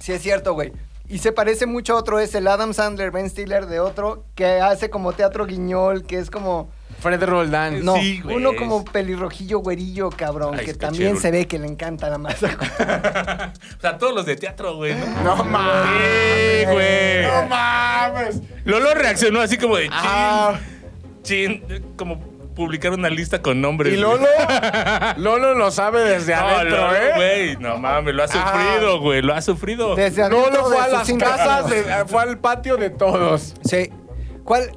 S4: Sí, es cierto, güey. Y se parece mucho a otro, es el Adam Sandler, Ben Stiller de otro, que hace como teatro guiñol, que es como.
S2: Fred Roldán.
S4: No,
S3: Sí, güey.
S4: uno como pelirrojillo, güerillo, cabrón,
S3: Ay,
S4: que
S3: es
S4: también
S3: cachero.
S4: se ve que le encanta la masa.
S3: o sea, todos los de teatro, güey. No,
S2: No mames.
S3: Sí, güey.
S2: No mames.
S3: Lolo reaccionó así como de chin,
S2: Ah.
S3: chin, como publicar una lista con nombres.
S2: Y
S3: güey.
S2: Lolo, Lolo lo sabe desde
S3: No,
S2: adentro,
S3: Lolo,
S2: ¿eh?
S3: güey, no mames, lo ha
S2: Ah.
S3: sufrido, güey, lo ha sufrido.
S4: Desde adentro
S2: Lolo
S4: de
S2: fue a
S4: sus
S2: las
S4: cinco
S2: casas,
S4: años.
S2: de- eh, fue al patio de todos.
S4: Sí. ¿Cuál?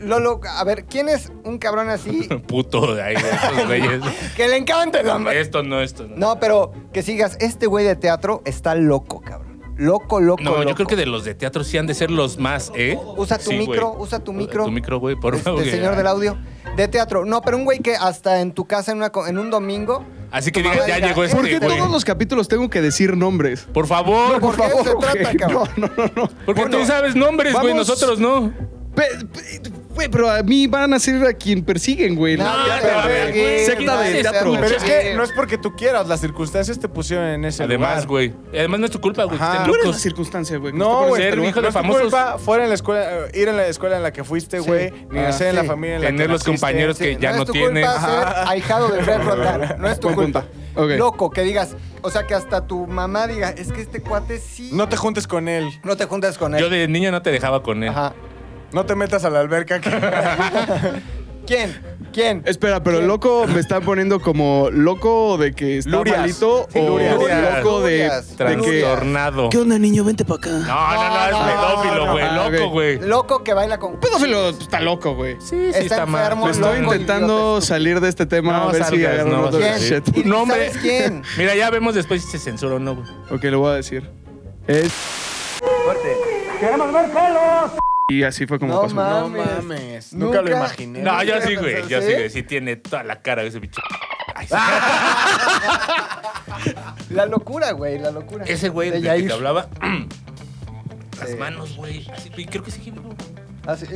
S4: Lolo, a ver, ¿quién es un cabrón así
S3: Puto de ahí, de esos güeyes.
S4: que le encanta la masa?
S3: Esto no, esto no.
S4: No, pero que sigas, este güey de teatro está loco, cabrón. Loco, loco,
S3: No,
S4: loco.
S3: yo creo que de los de teatro sí han de ser los más, ¿eh?
S4: Usa tu
S3: Sí, güey.
S4: micro, usa tu micro.
S3: Tu micro, güey, por
S4: Este,
S3: favor. güey.
S4: señor del audio. De teatro. No, pero un güey que hasta en tu casa en, una co- en un domingo.
S3: Así que
S4: Tu
S3: digas,
S4: mamá
S3: ya
S4: diga,
S3: llegó
S7: ¿Por
S3: este,
S7: qué
S3: güey.
S7: todos los capítulos tengo que decir nombres?
S3: Por favor,
S4: ¿Por, qué
S7: favor,
S4: se trata,
S7: güey.
S4: cabrón?
S7: No, no, no.
S3: porque tú
S7: Bueno,
S3: sabes nombres, güey,
S7: vamos.
S3: nosotros no.
S7: pe- pe- Güey, pero a mí van a ser a quien persiguen, güey.
S4: No,
S7: La-
S4: ya te
S7: la-
S4: vergué,
S7: Secta
S4: güey.
S7: de teatro.
S4: Sí.
S2: Pero es que no es porque tú quieras, las circunstancias te pusieron en ese
S3: Además,
S2: lugar.
S3: güey. Además no es tu culpa, güey, que
S2: Ajá.
S3: estén
S7: Tú eres la
S3: locos.
S7: circunstancia, güey. que te
S2: No,
S7: pones
S2: güey,
S7: a
S3: ser
S7: trabajar.
S3: hijo de
S2: no es tu
S3: famosos.
S2: culpa fuera en la escuela, eh, ir en la escuela en la que fuiste,
S7: Sí.
S2: güey, ni
S7: Ah,
S2: nacer en la
S7: sí.
S2: familia en la
S3: Tener
S2: que
S3: los
S2: naciste.
S3: compañeros que
S4: Sí,
S3: ya
S4: no
S3: no
S4: es tu
S3: tienen.
S4: culpa ser ahijado de Fred Roldán. No es tu
S7: Buen
S4: culpa.
S7: punto. Ok.
S4: Loco, que digas. O sea, que hasta tu mamá diga, es que este cuate sí.
S2: No te juntes con él,
S4: no te juntas con él.
S3: Yo de niño no te dejaba con él.
S4: Ajá.
S2: no te metas a la alberca. que-
S4: ¿Quién? ¿Quién?
S7: Espera, pero el loco me está poniendo como loco de que está
S2: Lurias.
S7: malito
S2: Sí,
S7: o
S2: Lurias.
S7: loco de,
S4: Lurias.
S7: de que...
S3: Trastornado.
S7: onda, niño? Vente para acá.
S3: No, no, no, es
S4: No,
S3: pedófilo,
S2: no,
S3: güey.
S7: no.
S3: Loco, güey.
S4: Loco que baila con.
S7: Pedófilo está loco, güey.
S3: Sí,
S4: Está enfermo,
S7: Me estoy
S4: loco,
S7: intentando
S4: idiota.
S7: salir de este tema
S3: No
S7: a ver si
S3: salgas,
S7: agarro
S3: no
S7: otro
S3: vas a
S4: ¿Quién?
S7: shit.
S4: ¿Y
S3: No, hombre.
S4: ¿Sabes quién?
S3: Mira, ya vemos después si se censura o no, güey.
S7: Ok, lo voy a decir. Es... Y así fue como
S4: No
S7: pasó.
S4: mames.
S2: No mames, nunca, lo
S4: Nunca-
S2: imaginé.
S3: No,
S4: ¿Nunca
S3: yo sí,
S4: lo
S3: güey. Yo
S4: pensaste?
S3: sí, güey. Sí tiene toda la cara de ese bicho. Ay, sí.
S4: La locura, güey, la locura.
S3: Ese güey
S4: de
S3: del que
S4: Yair.
S3: te hablaba. Las manos, güey. Así, güey, Creo que sigue vivo.
S4: ¿Ah, sí?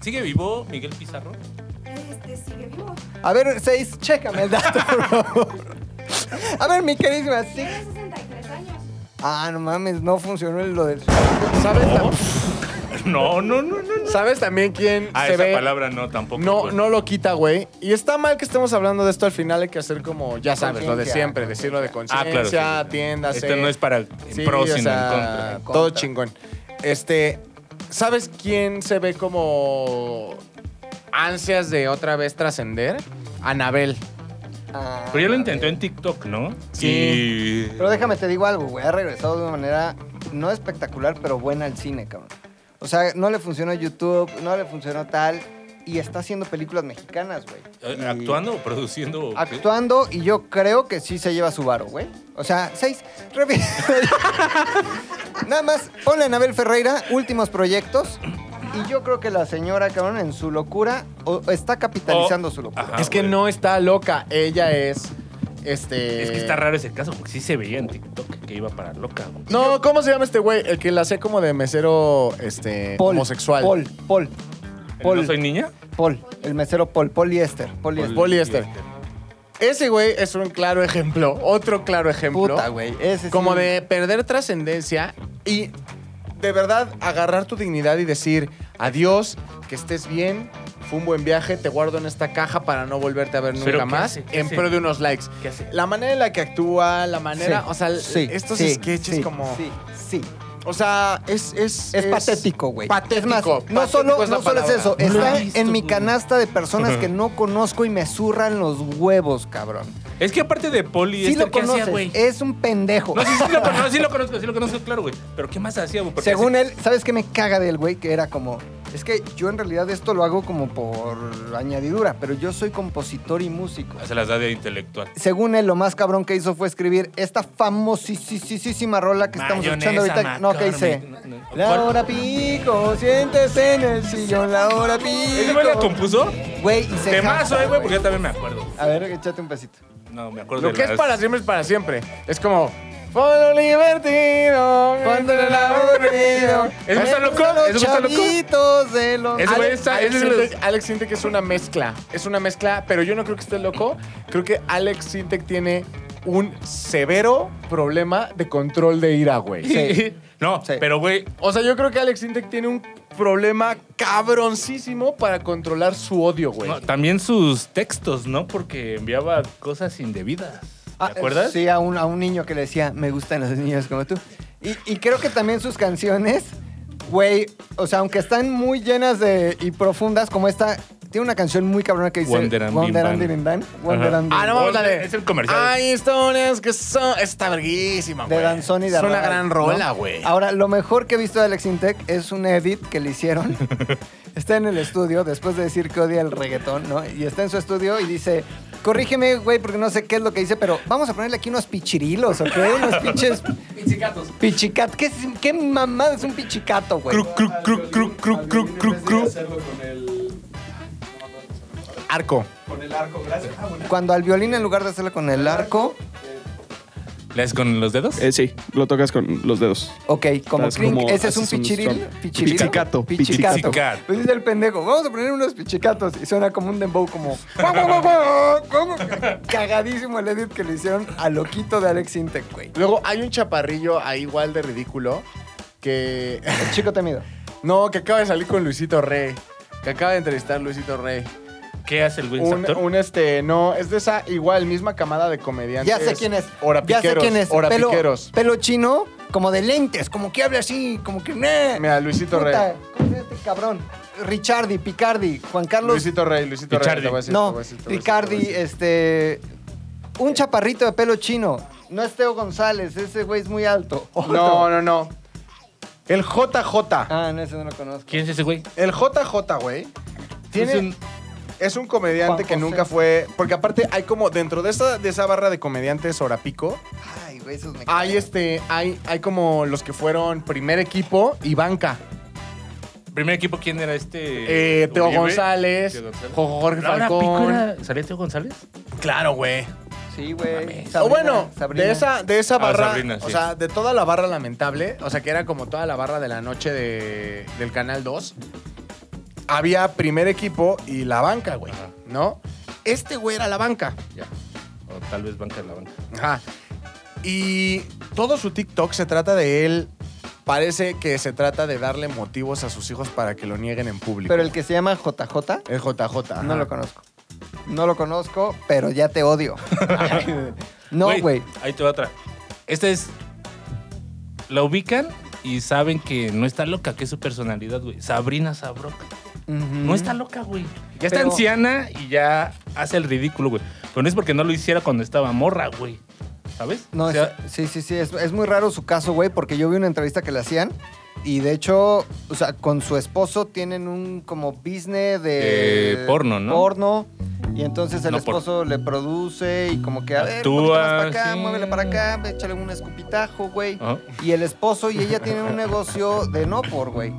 S3: ¿Sigue vivo Miguel Pizarro?
S5: Ah,
S6: Este sigue vivo.
S4: A ver, seis, chécame el dato, bro. A ver, mi queridísima, sí.
S6: Tiene 63 años.
S4: Ah, no mames, no funcionó lo del.
S2: ¿Sabes, tam-
S3: No, no, no, no. no.
S2: ¿Sabes también quién
S3: Ah,
S2: se
S3: esa
S2: ve?
S3: palabra no tampoco.
S2: No,
S3: güey.
S2: no lo quita, güey. Y está mal que estemos hablando de esto al final. Hay que hacer como, ya sabes, lo de
S4: Conciencia,
S2: siempre. Decirlo de
S3: Ah,
S2: conciencia,
S3: claro. sí, sí.
S2: tiendas. eh.
S3: Esto no es para en pro, sino en contra.
S4: contra.
S2: Todo chingón. Este, ¿sabes quién se ve como ansias de otra vez trascender? Anabel.
S4: Ah,
S3: Pero ya lo
S4: a
S3: intentó
S4: ver.
S3: en TikTok, ¿no?
S2: Sí.
S3: Y-
S4: Pero déjame te digo algo, güey. Ha regresado de una manera no espectacular, pero buena al cine, cabrón. O sea, no le funcionó YouTube, no le funcionó tal. y está haciendo películas mexicanas, güey.
S3: Eh,
S4: Y-
S3: ¿Actuando o produciendo? o qué?
S4: Actuando y yo creo que sí se lleva su varo, güey. O sea, seis. Revi- Nada más, ponle a Anabel Ferreira, últimos proyectos. Y yo creo que la señora, cabrón, en su locura, o- está capitalizando
S3: O-
S4: su locura.
S3: Oh, Ajá,
S2: es que
S3: Ah, güey.
S2: no está loca. Ella es. Este.
S3: Es que está raro ese caso, porque sí se veía en TikTok que iba para loca. güey.
S2: No, ¿cómo se llama este güey? El que la hacía como de mesero este,
S4: Paul,
S2: homosexual.
S4: Paul, Paul, Paul.
S3: ¿No soy niña?
S4: Paul, el mesero Paul, poliéster, poliéster.
S2: Poliéster. Ese güey es un claro ejemplo. Otro claro ejemplo.
S4: Puta, güey. Ese sí.
S2: como de perder trascendencia y de verdad agarrar tu dignidad y decir adiós, que estés bien, fue un buen viaje, te guardo en esta caja para no volverte a ver
S3: Pero
S2: nunca
S3: ¿qué
S2: más
S3: hace? ¿Qué
S2: en
S3: hace?
S2: pro de unos likes.
S3: ¿Qué hace?
S2: La manera en la que actúa, la manera,
S4: Sí,
S2: o sea,
S4: sí,
S2: estos
S4: sí,
S2: sketches
S4: sí,
S2: como,
S4: Sí, sí.
S2: o sea, es es
S4: Es, patético, güey.
S2: Patético.
S4: Es más, no
S2: patético
S4: solo,
S2: es la
S4: no solo es
S2: palabra.
S4: eso.
S3: No lo
S4: está
S3: he visto,
S4: en mi
S3: güey.
S4: canasta de personas que no conozco y me zurran los huevos, cabrón.
S3: Es que aparte de Poli,
S4: Sí
S3: este,
S4: lo
S3: ¿qué hacía,
S4: conoces.
S3: güey?
S4: es un pendejo.
S3: No, sí, sí lo conozco, sí lo conozco, sí lo conozco, claro, güey. Pero ¿qué más hacía, güey? Porque
S4: Según
S3: hace-
S4: él, ¿sabes qué me caga del güey? Que era como. Es que yo en realidad esto lo hago como por añadidura, pero yo soy compositor y músico.
S3: Ah, Se las da de intelectual.
S4: Según él, lo más cabrón que hizo fue escribir esta famosísima rola que estamos escuchando
S3: Mayonesa,
S4: ahorita. No, que hice.
S3: McCormick, no, no.
S4: La
S3: ¿Cuál?
S4: hora pico, siéntese en el sillón, la hora
S3: ¿Ese güey la
S4: pico.
S3: compuso?
S4: Güey, y se
S3: Temazo,
S4: jacta,
S3: eh, güey, porque yo también me acuerdo.
S4: A ver, échate un pesito.
S3: No, me acuerdo
S2: Lo
S3: de
S2: que es
S3: las-
S2: para siempre es para siempre. Es como Ponlo libertino,
S4: Cuando el aburrido.
S2: Es un loco, es un
S4: Los
S2: loco.
S4: chavitos de los.
S3: Ese güey está-
S2: Alex,
S3: ese es
S2: Sintek- Alex Sintek es una mezcla. Es una mezcla, pero yo no creo que esté loco. Creo que Alex Sintek tiene un severo problema de control de ira, güey.
S4: Sí.
S3: No,
S4: Sí.
S3: pero güey,
S2: O sea, yo creo que Alex Sintek tiene un problema cabroncísimo para controlar su odio, güey.
S3: no, también sus textos, ¿no? Porque enviaba cosas indebidas. ¿Te
S4: Ah,
S3: acuerdas?
S4: Sí, a un, a un niño que le decía, me gustan los niños como tú. Y, y creo que también sus canciones, güey, o sea, aunque están muy llenas de y profundas, como esta, tiene una canción muy cabrona que dice
S3: Wonder and Bim Bam.
S4: and Bim Bam, Wonder
S3: Ajá.
S4: and Bim
S2: Ah, no
S4: Bam,
S2: vamos a
S3: Es el comercial.
S2: Hay historias que son. Está verguísima, Ah, güey.
S4: De Danzón y de
S2: Es una
S4: Arrabal,
S2: gran
S4: ¿no?
S2: rola, güey.
S4: Ahora, lo mejor que he visto de Alex Intec es un edit que le hicieron. está en el estudio, después de decir que odia el reggaetón, ¿no? Y está en su estudio y dice, corrígeme, güey, porque no sé qué es lo que dice, pero vamos a ponerle aquí unos pichirilos, ¿o qué? Unos pinches... Pichicatos. Pichicat. ¿Qué, es- qué mamada es un pichicato, güey?
S3: Cru, cru, cru, cru, cru, cru, cru, cru.
S2: Arco.
S4: Cuando al violín, en lugar de hacerlo con el arco,
S3: ¿Le haces con los dedos?
S7: Eh, sí, lo tocas con los dedos.
S4: ok, como
S7: Estás
S4: clink,
S7: como-
S4: ese es un
S7: haces un
S4: pichiril.
S7: strum-
S4: pichirilo.
S7: Pichicato,
S4: Pichicato.
S3: pichicato.
S4: Pues dice el pendejo, vamos a poner unos pichicatos. Y suena como un dembow, como... Cagadísimo el edit que le hicieron a loquito de Alex Intec, güey.
S2: Luego hay un chaparrillo ahí igual de ridículo que.
S4: El chico temido.
S2: No, que acaba de salir con Luisito Rey. Que acaba de entrevistar Luisito Rey.
S3: ¿Qué hace el güey
S2: Un,
S3: actor?
S2: un, este, no, es de esa igual misma camada de comediantes.
S4: Ya sé quién es. Ya
S2: Orapiqueros.
S4: sé quién es. Pelo,
S2: Orapiqueros.
S4: pelo chino, como de lentes, como que habla así, como que... "Nah".
S2: Mira, Luisito
S4: Puta,
S2: Rey.
S4: ¿cómo se llama este cabrón? Richardi, Picardi, Juan Carlos.
S2: Luisito Rey, Luisito
S3: Pichardi.
S2: Rey. te voy a decir, te
S4: no,
S2: voy a decir, te voy a decir, te voy
S4: Picardi,
S2: a decir.
S4: este. Un chaparrito de pelo chino. No es Teo González, ese güey es muy alto. Otro.
S2: No, no, no. El JJ.
S4: Ah, no, ese no lo conozco.
S3: ¿Quién es ese güey?
S2: El JJ, güey. Tiene,
S3: Es un-
S2: Es un comediante
S4: Juan
S2: que
S4: José.
S2: nunca fue. Porque aparte hay como dentro de esa, de esa barra de comediantes Orapico,
S4: Ay, güey, esos me
S2: hay este. Hay, hay como los que fueron primer equipo y banca.
S3: Primer equipo, ¿quién era este?
S2: Eh, Teo
S3: Uribe?
S2: González,
S3: Teo González.
S2: Jorge
S3: Laura Pico
S2: Falcón.
S3: era- ¿Salía Teo González?
S2: Claro, güey.
S4: Sí, güey.
S3: mames.
S4: Sabrina,
S2: o bueno,
S4: Sabrina.
S2: de esa, de esa
S3: Ah,
S2: barra.
S3: Sabrina,
S2: O
S3: sí.
S2: sea, de toda la barra lamentable. O sea, que era como toda la barra de la noche de- del Canal 2. Había primer equipo y la banca, güey.
S3: Ajá.
S2: ¿No? Este güey era la banca.
S3: Ya. O tal vez Banca de la Banca.
S2: Ajá. Y todo su TikTok se trata de él. Parece que se trata de darle motivos a sus hijos para que lo nieguen en público.
S4: Pero el que se llama JJ,
S2: El JJ. ajá.
S4: no lo conozco. No lo conozco, pero ya te odio. no, güey.
S3: Ahí te va otra. Esta es. La ubican y saben que no está loca, que es su personalidad, güey. Sabrina Sabroca. No está loca, güey. Ya está
S4: Pero-
S3: anciana y ya hace el ridículo, güey. Pero no es porque no lo hiciera cuando estaba morra, güey. ¿Sabes?
S4: No,
S3: O sea,
S4: es- sí, sí, sí. Es, es muy raro su caso, güey, porque yo vi una entrevista que le hacían Y de hecho, o sea, con su esposo tienen un como business de...
S3: Eh, porno, ¿no?
S4: Porno. Y entonces el
S3: No, por-
S4: esposo le produce y como que, a ver,
S3: Actúa,
S4: poquito más para acá,
S3: sí. Ah.
S4: muévele para acá, échale un escupitajo, güey.
S3: Ajá.
S4: Y el esposo y ella tienen un negocio de no por, güey.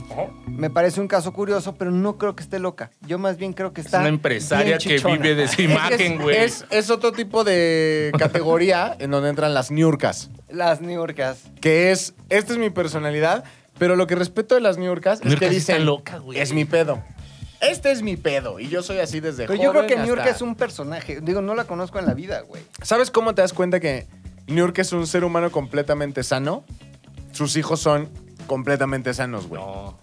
S4: Me parece un caso curioso, pero no creo que esté loca. Yo más bien creo que
S3: Es
S4: está.
S3: una empresaria
S4: bien
S3: que
S4: chichona.
S3: vive de su imagen, güey.
S2: Es, es otro tipo de categoría en donde entran las niurcas.
S4: Las niurcas.
S2: Que es, esta es mi personalidad, pero lo que respeto de las niurcas es
S3: Niurcas
S2: que
S3: está
S2: dicen,
S3: loca, güey.
S2: es mi pedo. Este es mi pedo y yo soy así desde
S4: Pero yo creo
S2: joven
S4: que
S2: hasta-
S4: Niurka es un personaje. Digo, no la conozco en la vida, güey.
S2: ¿Sabes cómo te das cuenta que Niurka es un ser humano completamente sano? Sus hijos son completamente sanos, güey.
S3: No.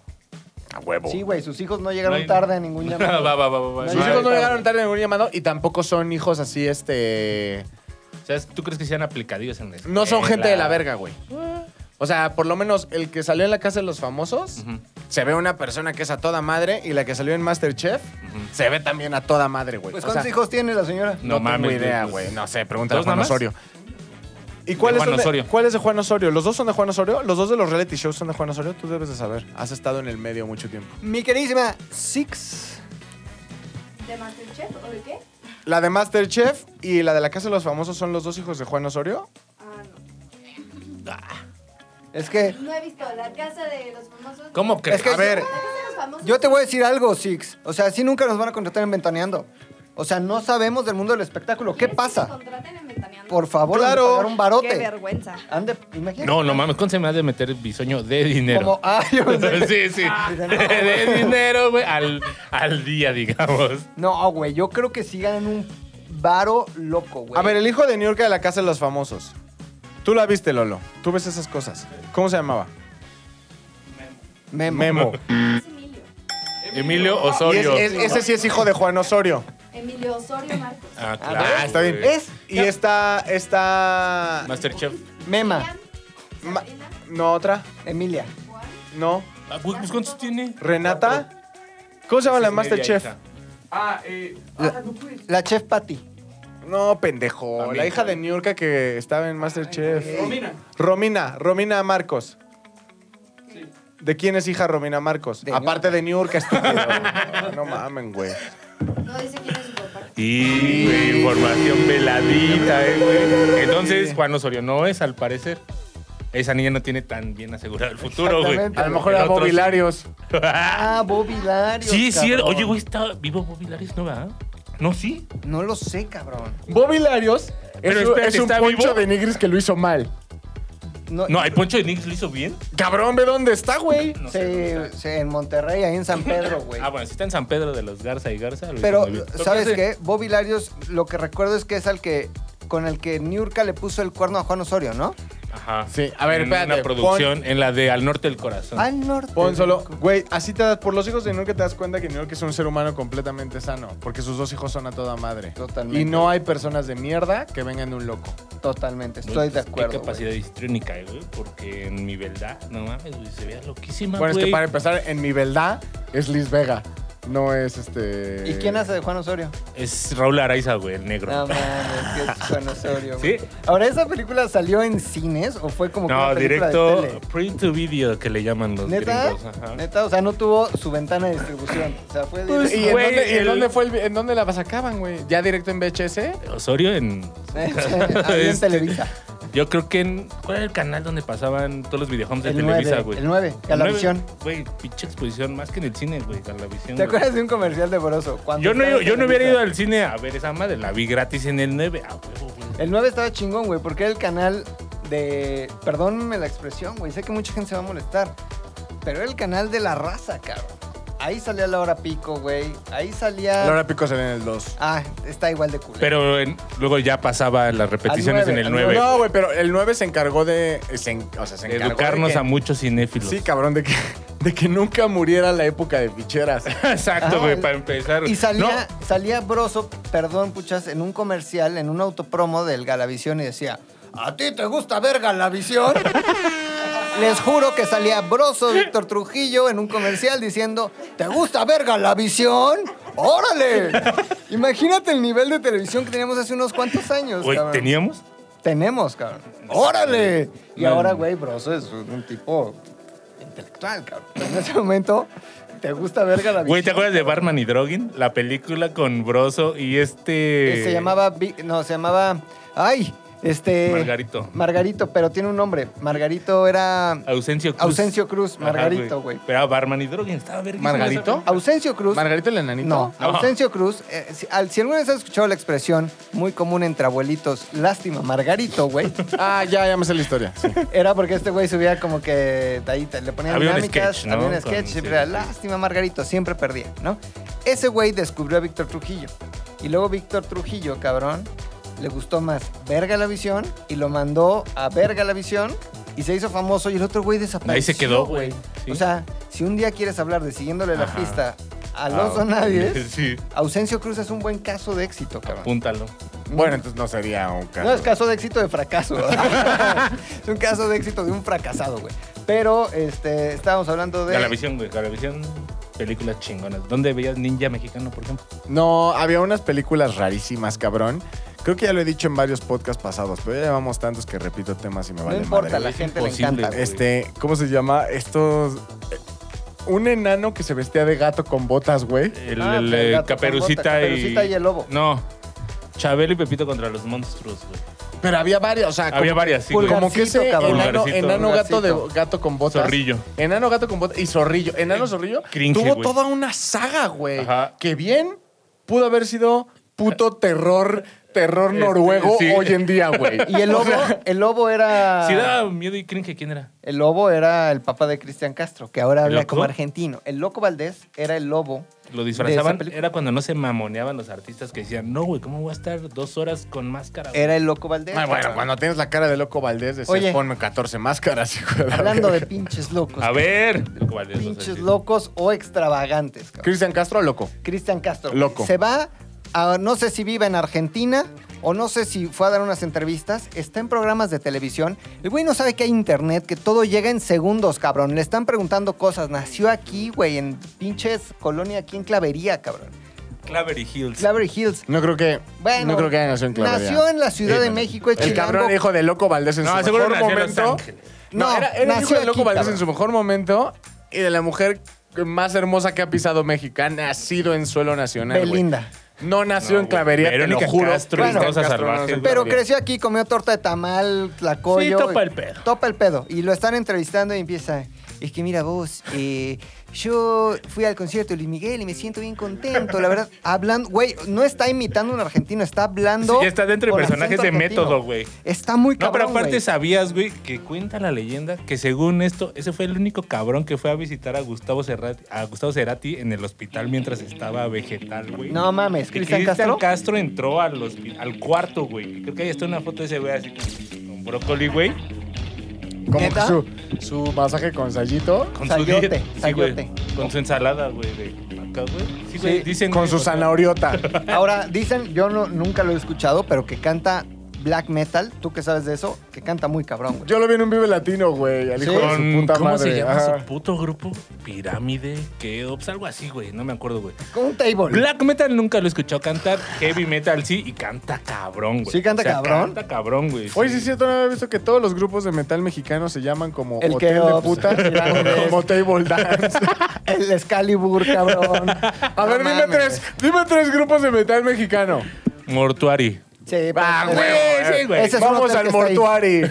S2: A huevo.
S4: Sí, güey, sus hijos no llegaron
S3: Oh. No hay-
S4: tarde a ningún llamado.
S3: va, va, va, va, va.
S4: No,
S2: Sus
S4: yo
S3: Va.
S4: creo
S2: hijos no
S4: Ay,
S2: llegaron tarde en ningún llamado y tampoco son hijos así, este...
S3: O sea, ¿tú crees que sean aplicadillos en eso?
S2: No son gente de la verga, güey. O sea, por lo menos el que salió en la casa de los famosos,
S3: Ujú.
S2: se ve una persona que es a toda madre y la que salió en Masterchef, se ve también a toda madre, güey.
S4: Pues,
S2: o sea,
S4: ¿cuántos hijos tiene la señora?
S3: No
S2: no,
S3: mames,
S2: tengo idea,
S3: güey, pues,
S2: güey. No sé, pregúntale a
S3: ¿dos
S2: Juan
S3: nada más?
S2: Osorio. ¿Y cuál es,
S3: Juan
S2: de-
S3: Osorio.
S2: cuál es de Juan Osorio? ¿Los dos son de Juan Osorio? ¿Los dos de los reality shows son de Juan Osorio? Tú debes de saber. Has estado en el medio mucho tiempo.
S4: Mi queridísima Six.
S6: ¿De Masterchef o de qué?
S2: La de Masterchef y la de la Casa de los Famosos son los dos hijos de Juan Osorio.
S6: Ah, no.
S4: Es que
S6: No he visto la casa de los famosos.
S3: ¿Cómo crees?
S4: Es que-
S2: a ver,
S6: La casa de los famosos.
S4: yo te voy a decir algo, Six. O sea, sí nunca nos van a contratar en Ventaneando. O sea, no sabemos del mundo del espectáculo. ¿Qué
S6: ¿Quieres que me
S4: pasa?
S6: contraten en Ventaneando?
S4: Por favor, han de
S2: Claro.
S4: pagar un
S5: Qué
S4: barote.
S5: vergüenza.
S4: Han de- imagínate.
S3: No, no mames, ¿cuánto se me ha de meter bisoño de dinero?
S4: Como, ah, yo Ah, pensé-
S3: sí, sí. De dinero, güey, al, al día, digamos.
S4: No, güey, yo creo que sí ganan un varo loco, güey.
S2: a ver, el hijo de Niurka de la Casa de los Famosos. Tú la viste, Lolo. Tú ves esas cosas. ¿Cómo se llamaba?
S4: Memo.
S2: Memo.
S6: Ah, Es Emilio.
S3: Emilio
S2: Y es-
S3: Osorio.
S2: es- ese sí es hijo de Juan Osorio.
S6: Emilio Osorio Marcos.
S3: Ah,
S4: Ah,
S3: claro.
S2: Ah, está bien.
S3: güey.
S4: Es
S2: Y esta, esta...
S3: Masterchef.
S4: Mema,
S2: Ma-
S6: Sabrina,
S2: No, otra.
S4: Emilia.
S6: Juan.
S2: No.
S3: Ah, güey, pues, ¿Cuántos tiene?
S2: Renata. ¿Cómo se llama la
S3: Esa es media
S2: Masterchef?
S3: hija.
S4: La chef Patty.
S2: No, pendejo.
S3: También.
S2: la hija de Niurka que estaba en Masterchef. Romina. Romina, Romina Marcos. ¿De quién es hija Romina Marcos?
S4: De
S2: Aparte de Niurka, estúpido. no mamen, güey.
S6: No dice quién es su papá.
S3: Y, güey, información veladita, eh, güey. Entonces, Juan Osorio no es, al parecer. Esa niña no tiene tan bien asegurado el futuro, güey.
S4: Exactamente.
S2: A lo mejor era
S3: El otro sí.
S2: mobiliarios.
S4: Ah, Bobby Larios,
S3: Sí, es cierto.
S4: cabrón.
S3: Oye, güey, está vivo Bobby Laris, ¿no va? No, sí.
S4: No lo sé, cabrón.
S2: Mobiliarios es,
S3: Pero
S2: un-
S3: espérate,
S2: es un
S3: ¿está
S2: poncho
S3: vivo?
S2: de nigris que lo hizo mal.
S3: No, hay Poncho de Nix lo hizo bien.
S2: Cabrón, ve dónde está, güey.
S3: No
S4: sí,
S3: sé dónde está.
S4: sí, en Monterrey, ahí en San Pedro, güey.
S3: Ah, bueno, sí está en San Pedro de los Garza y Garza. lo
S4: Pero,
S3: hizo muy bien.
S4: ¿sabes qué? Bobby Larios, lo que recuerdo es que es al que con el que Niurka le puso el cuerno a Juan Osorio, ¿no?
S3: Ajá.
S2: Sí, a ver,
S3: En una
S2: espérate,
S3: producción en la de Al Norte del Corazón.
S4: Al norte.
S2: Pon solo, güey, así te das, por los hijos de New York te das cuenta que New York es un ser humano completamente sano, porque sus dos hijos son a toda madre.
S4: Totalmente.
S2: Y no hay personas de mierda que vengan de un loco.
S4: Totalmente,
S3: Güey,
S4: estoy de
S3: pues, Qué
S4: acuerdo.
S3: capacidad histriónica, eh, güey. Porque en mi verdad, no mames, güey, se vea loquísima,
S2: bueno, es que
S3: güey.
S2: para empezar, en mi verdad es Liz Vega, no es
S4: güey.
S2: este...
S4: ¿Y quién hace de Juan Osorio?
S3: Es Raúl Araiza, güey, el negro.
S4: No mames, que es Juan Osorio.
S3: ¿Sí?
S4: güey. Ahora, ¿esa película salió en cines o fue como que
S3: No,
S4: una película
S3: directo
S4: de tele?
S3: print to video que le llaman los
S4: ¿Neta?
S3: gringos. ajá.
S4: Neta, o sea, no tuvo su ventana de distribución. O sea, fue
S3: Pues,
S2: ¿Y en,
S4: directo.
S3: Güey,
S2: dónde, y en
S3: el-
S2: dónde fue el vi- en dónde la sacaban, güey? ¿Ya directo en VHS?
S3: Osorio en.
S4: Ahí en
S3: Este,
S4: Televisa.
S3: Yo creo que en. ¿Cuál era el canal donde pasaban todos los videohomes de
S4: El
S3: Televisa,
S4: 9,
S3: güey?
S4: el 9, Galavisión.
S3: El 9, Güey, pinche exposición, más que en el cine, güey, Galavisión.
S4: ¿Te
S3: güey.
S4: acuerdas de un comercial de Boroso? Cuando
S3: Yo no,
S4: estaba en
S3: yo no hubiera ido
S4: Televisa.
S3: al cine a ver esa madre, la vi gratis en el 9. Ah, huevo, güey.
S4: El 9 estaba chingón, güey, porque era el canal de... Perdónenme la expresión, güey, sé que mucha gente se va a molestar, pero era el canal de la raza, cabrón. Ahí salía la hora pico, güey. Ahí salía...
S2: La hora pico se ve en el 2.
S4: Ah, está igual de culero.
S3: Pero en- luego ya pasaba las repeticiones
S4: nueve,
S3: en el
S4: al
S3: 9.
S2: Ah, No, güey, pero el 9 se encargó de... se en- o sea, se encargó de
S3: Educarnos
S2: que-
S3: a muchos cinéfilos.
S2: Sí, cabrón, de que, de que nunca muriera la época de ficheras.
S3: Exacto,
S4: Ah,
S3: güey,
S4: el-
S3: para empezar.
S4: Y salía,
S3: No,
S4: salía Broso, perdón, puchas, en un comercial, en un autopromo del Galavisión y decía, ¿a ti te gusta ver Galavisión? Les juro que salía Broso, Víctor Trujillo, en un comercial diciendo, ¿te gusta ver Galavisión? ¡Órale! Imagínate el nivel de televisión que teníamos hace unos cuantos años,
S3: güey,
S4: cabrón.
S3: ¿teníamos?
S4: Tenemos, cabrón. ¡Órale! Y
S3: No,
S4: ahora,
S3: no.
S4: güey, Broso es un tipo
S7: intelectual, cabrón.
S4: En ese momento, ¿te gusta verga la
S3: Güey, ¿te
S4: visión?
S3: acuerdas de Barman y Drogin? La película con Broso y este.
S4: Eh, Se llamaba. Vi- No, se llamaba. ¡Ay! Este.
S3: Margarito.
S4: Margarito, pero tiene un nombre. Margarito era.
S3: Ausencio Cruz.
S4: Ausencio Cruz,
S3: Ajá,
S4: Margarito, güey.
S3: Pero era Barman y Drogin, estaba verga.
S2: ¿Margarito?
S4: Ausencio Cruz.
S2: ¿Margarito el enanito?
S4: No,
S3: No.
S4: Ausencio Cruz. eh, si, al- si alguna vez has escuchado la expresión muy común entre abuelitos, lástima, Margarito, güey,
S2: Ah, ya, ya me sé la historia. sí.
S4: era porque este güey subía como que de ahí te- le ponían
S3: Había un
S4: dinámicas,
S3: sketch, ¿no?
S4: había un
S3: Con-
S4: sketch,
S3: sí,
S4: siempre era,
S3: sí.
S4: lástima, Margarito, siempre perdía, ¿no? Ese güey descubrió a Víctor Trujillo. Y luego Víctor Trujillo, cabrón, le gustó más Verga la Visión y lo mandó a Verga la Visión y se hizo famoso y el otro güey desapareció.
S3: Ahí se quedó, güey. Sí.
S4: O sea, si un día quieres hablar de siguiéndole la
S3: Ajá.
S4: pista a
S3: Ah,
S4: los donadies,
S3: Sí,
S4: Ausencio Cruz es un buen caso de éxito, cabrón.
S3: apúntalo.
S2: Bueno, entonces no sería un caso.
S4: No es caso de éxito de fracaso. es un caso de éxito de un fracasado, güey. Pero este, estábamos hablando de.
S3: Galavisión, güey. Galavisión, películas chingonas. ¿Dónde veías Ninja Mexicano, por ejemplo?
S2: No, había unas películas rarísimas, cabrón. Creo que ya lo he dicho en varios podcasts pasados, pero ya llevamos tantos que repito temas y me
S4: No
S2: vale
S4: importa,
S2: madre.
S4: la
S3: es
S4: gente le
S3: imposible,
S4: encanta.
S3: güey.
S4: güey.
S2: Este, ¿cómo se llama? Estos. eh, Un enano que se vestía de gato con botas, güey.
S3: El,
S4: Ah,
S3: el,
S4: pero el
S3: eh,
S4: gato con
S3: Caperucita,
S4: bota,
S3: y...
S4: Caperucita y el lobo.
S3: No. Chabelo y Pepito contra los monstruos, güey.
S2: Pero había varias, o sea,
S3: Había
S2: como,
S3: varias, sí, güey.
S2: como que ese
S4: Pulgarcito, cabrón.
S2: enano,
S3: Pulgarcito.
S2: enano gato de
S4: Pulgarcito.
S2: gato con botas.
S3: Zorrillo.
S2: Enano gato con botas y zorrillo. Enano
S3: Eh,
S2: zorrillo
S3: cringe,
S2: tuvo
S3: güey.
S2: toda una saga, güey.
S3: Ajá.
S2: Que bien pudo haber sido puto terror, terror
S3: Este,
S2: noruego
S3: sí.
S2: hoy en día, güey.
S4: Y el lobo, el lobo era.
S3: Sí, da miedo y cringe. ¿Quién era?
S4: El lobo era el papá de Cristian Castro, que ahora
S3: ¿El
S4: habla
S3: loco?
S4: como argentino. El loco Valdés era el lobo.
S3: Lo
S4: de esa
S3: disfrazaban.
S4: película.
S3: Era cuando no se mamoneaban los artistas que decían, no, güey, ¿cómo voy a estar dos horas con máscara? güey?"
S4: Era el loco Valdés.
S3: Ah,
S2: Ay, bueno, cuando tienes la cara de loco Valdés, decías,
S4: Oye.
S2: ponme 14 máscaras, hijo de la
S4: Hablando de
S2: verga".
S4: pinches locos.
S3: A ver.
S4: Pinches locos o extravagantes, cabrón.
S2: Cristian Castro, loco.
S4: Cristian Castro.
S2: Loco.
S4: Se va, a- no sé si vive en Argentina o no sé si fue a dar unas entrevistas, está en programas de televisión. El güey no sabe que hay internet, que todo llega en segundos, cabrón. Le están preguntando cosas. Nació aquí, güey, en pinches colonia aquí en Clavería, cabrón.
S3: Clavery Hills.
S4: Clavery Hills.
S2: No creo que.
S4: Bueno,
S2: no creo que haya nacido en Clavería.
S4: nació en la Ciudad
S2: Sí,
S4: de
S2: no, no.
S4: México, es
S2: El
S4: chilango.
S2: cabrón hijo de loco Valdés en
S3: No,
S2: su
S3: seguro
S2: mejor
S3: nació en Los
S2: momento.
S3: Ángeles.
S2: No,
S4: No,
S2: era, era el hijo
S4: nació
S2: de loco
S4: aquí,
S2: Valdés
S4: cabrón.
S2: en su mejor momento y de la mujer más hermosa que ha pisado México. Ha nacido en suelo nacional. güey.
S4: Belinda.
S2: No nació
S3: No,
S2: en
S3: güey.
S2: Clavería, te lo
S3: Verónica
S2: juro.
S3: Castro,
S2: Cristian
S3: Rosa
S2: Castro,
S3: Salvaje,
S2: nació en
S4: Pero
S2: Clavería.
S4: creció aquí, comió torta de tamal, tlacoyo.
S3: Sí, topa
S4: y-
S3: el pedo.
S4: Topa el pedo. Y lo están entrevistando y empieza... Es que mira vos, eh, yo fui al concierto de Luis Miguel y me siento bien contento, la verdad. Hablando, güey, no está imitando a un argentino, está hablando...
S3: Sí, ya está dentro de
S4: con
S3: personajes de
S4: acento argentino.
S3: método, güey.
S4: Está muy
S3: No,
S4: cabrón,
S3: pero aparte
S4: güey.
S3: sabías, güey, que cuenta la leyenda que según esto, ese fue el único cabrón que fue a visitar a Gustavo Cerati, a Gustavo Cerati en el hospital mientras estaba vegetal, güey.
S4: No mames,
S3: Que
S4: ¿Cristian Castro?
S3: entró al, hospi- al cuarto, güey. Creo que ahí está una foto de ese güey así con brócoli, güey.
S2: Como
S4: ¿Neta?
S2: que su, su masaje con Sayito.
S3: Con
S4: Sayote,
S3: dieta. Sí, güey.
S4: sayote.
S3: Con su ensalada, güey, de acá, güey. Sí, güey. Dicen
S2: Con
S3: que-
S2: su
S3: o sea,
S2: zanahoriota.
S4: Ahora, dicen, yo no, nunca lo he escuchado, pero que canta black metal, tú que sabes de eso, que canta muy cabrón, güey.
S2: Yo lo vi en un Vive Latino, güey. Al hijo
S4: Sí.
S2: de
S3: Con,
S2: su puta
S3: ¿Cómo
S2: madre.
S3: se llama
S2: Ajá.
S3: su puto grupo? Pirámide, Keops, algo así, güey. No me acuerdo, güey.
S4: Con un table.
S3: Black metal nunca lo he escuchado cantar, heavy metal sí, y canta cabrón, güey.
S4: ¿Sí canta cabrón?
S3: Canta cabrón, güey.
S2: Oye, sí es cierto, no había visto que todos los grupos de metal mexicano se llaman como
S4: El
S2: Hotel de
S4: Keops,
S2: Putas,
S4: Pirámides.
S2: como Table Dance.
S4: El Excalibur, cabrón.
S2: A ver, dime tres, dime tres grupos de metal mexicano.
S3: Mortuary.
S4: Sí,
S2: Ah,
S4: pues,
S2: güey,
S4: ese-
S3: sí, güey.
S4: ese es un
S2: Vamos
S4: hotel que
S2: al
S4: está ahí.
S2: mortuari.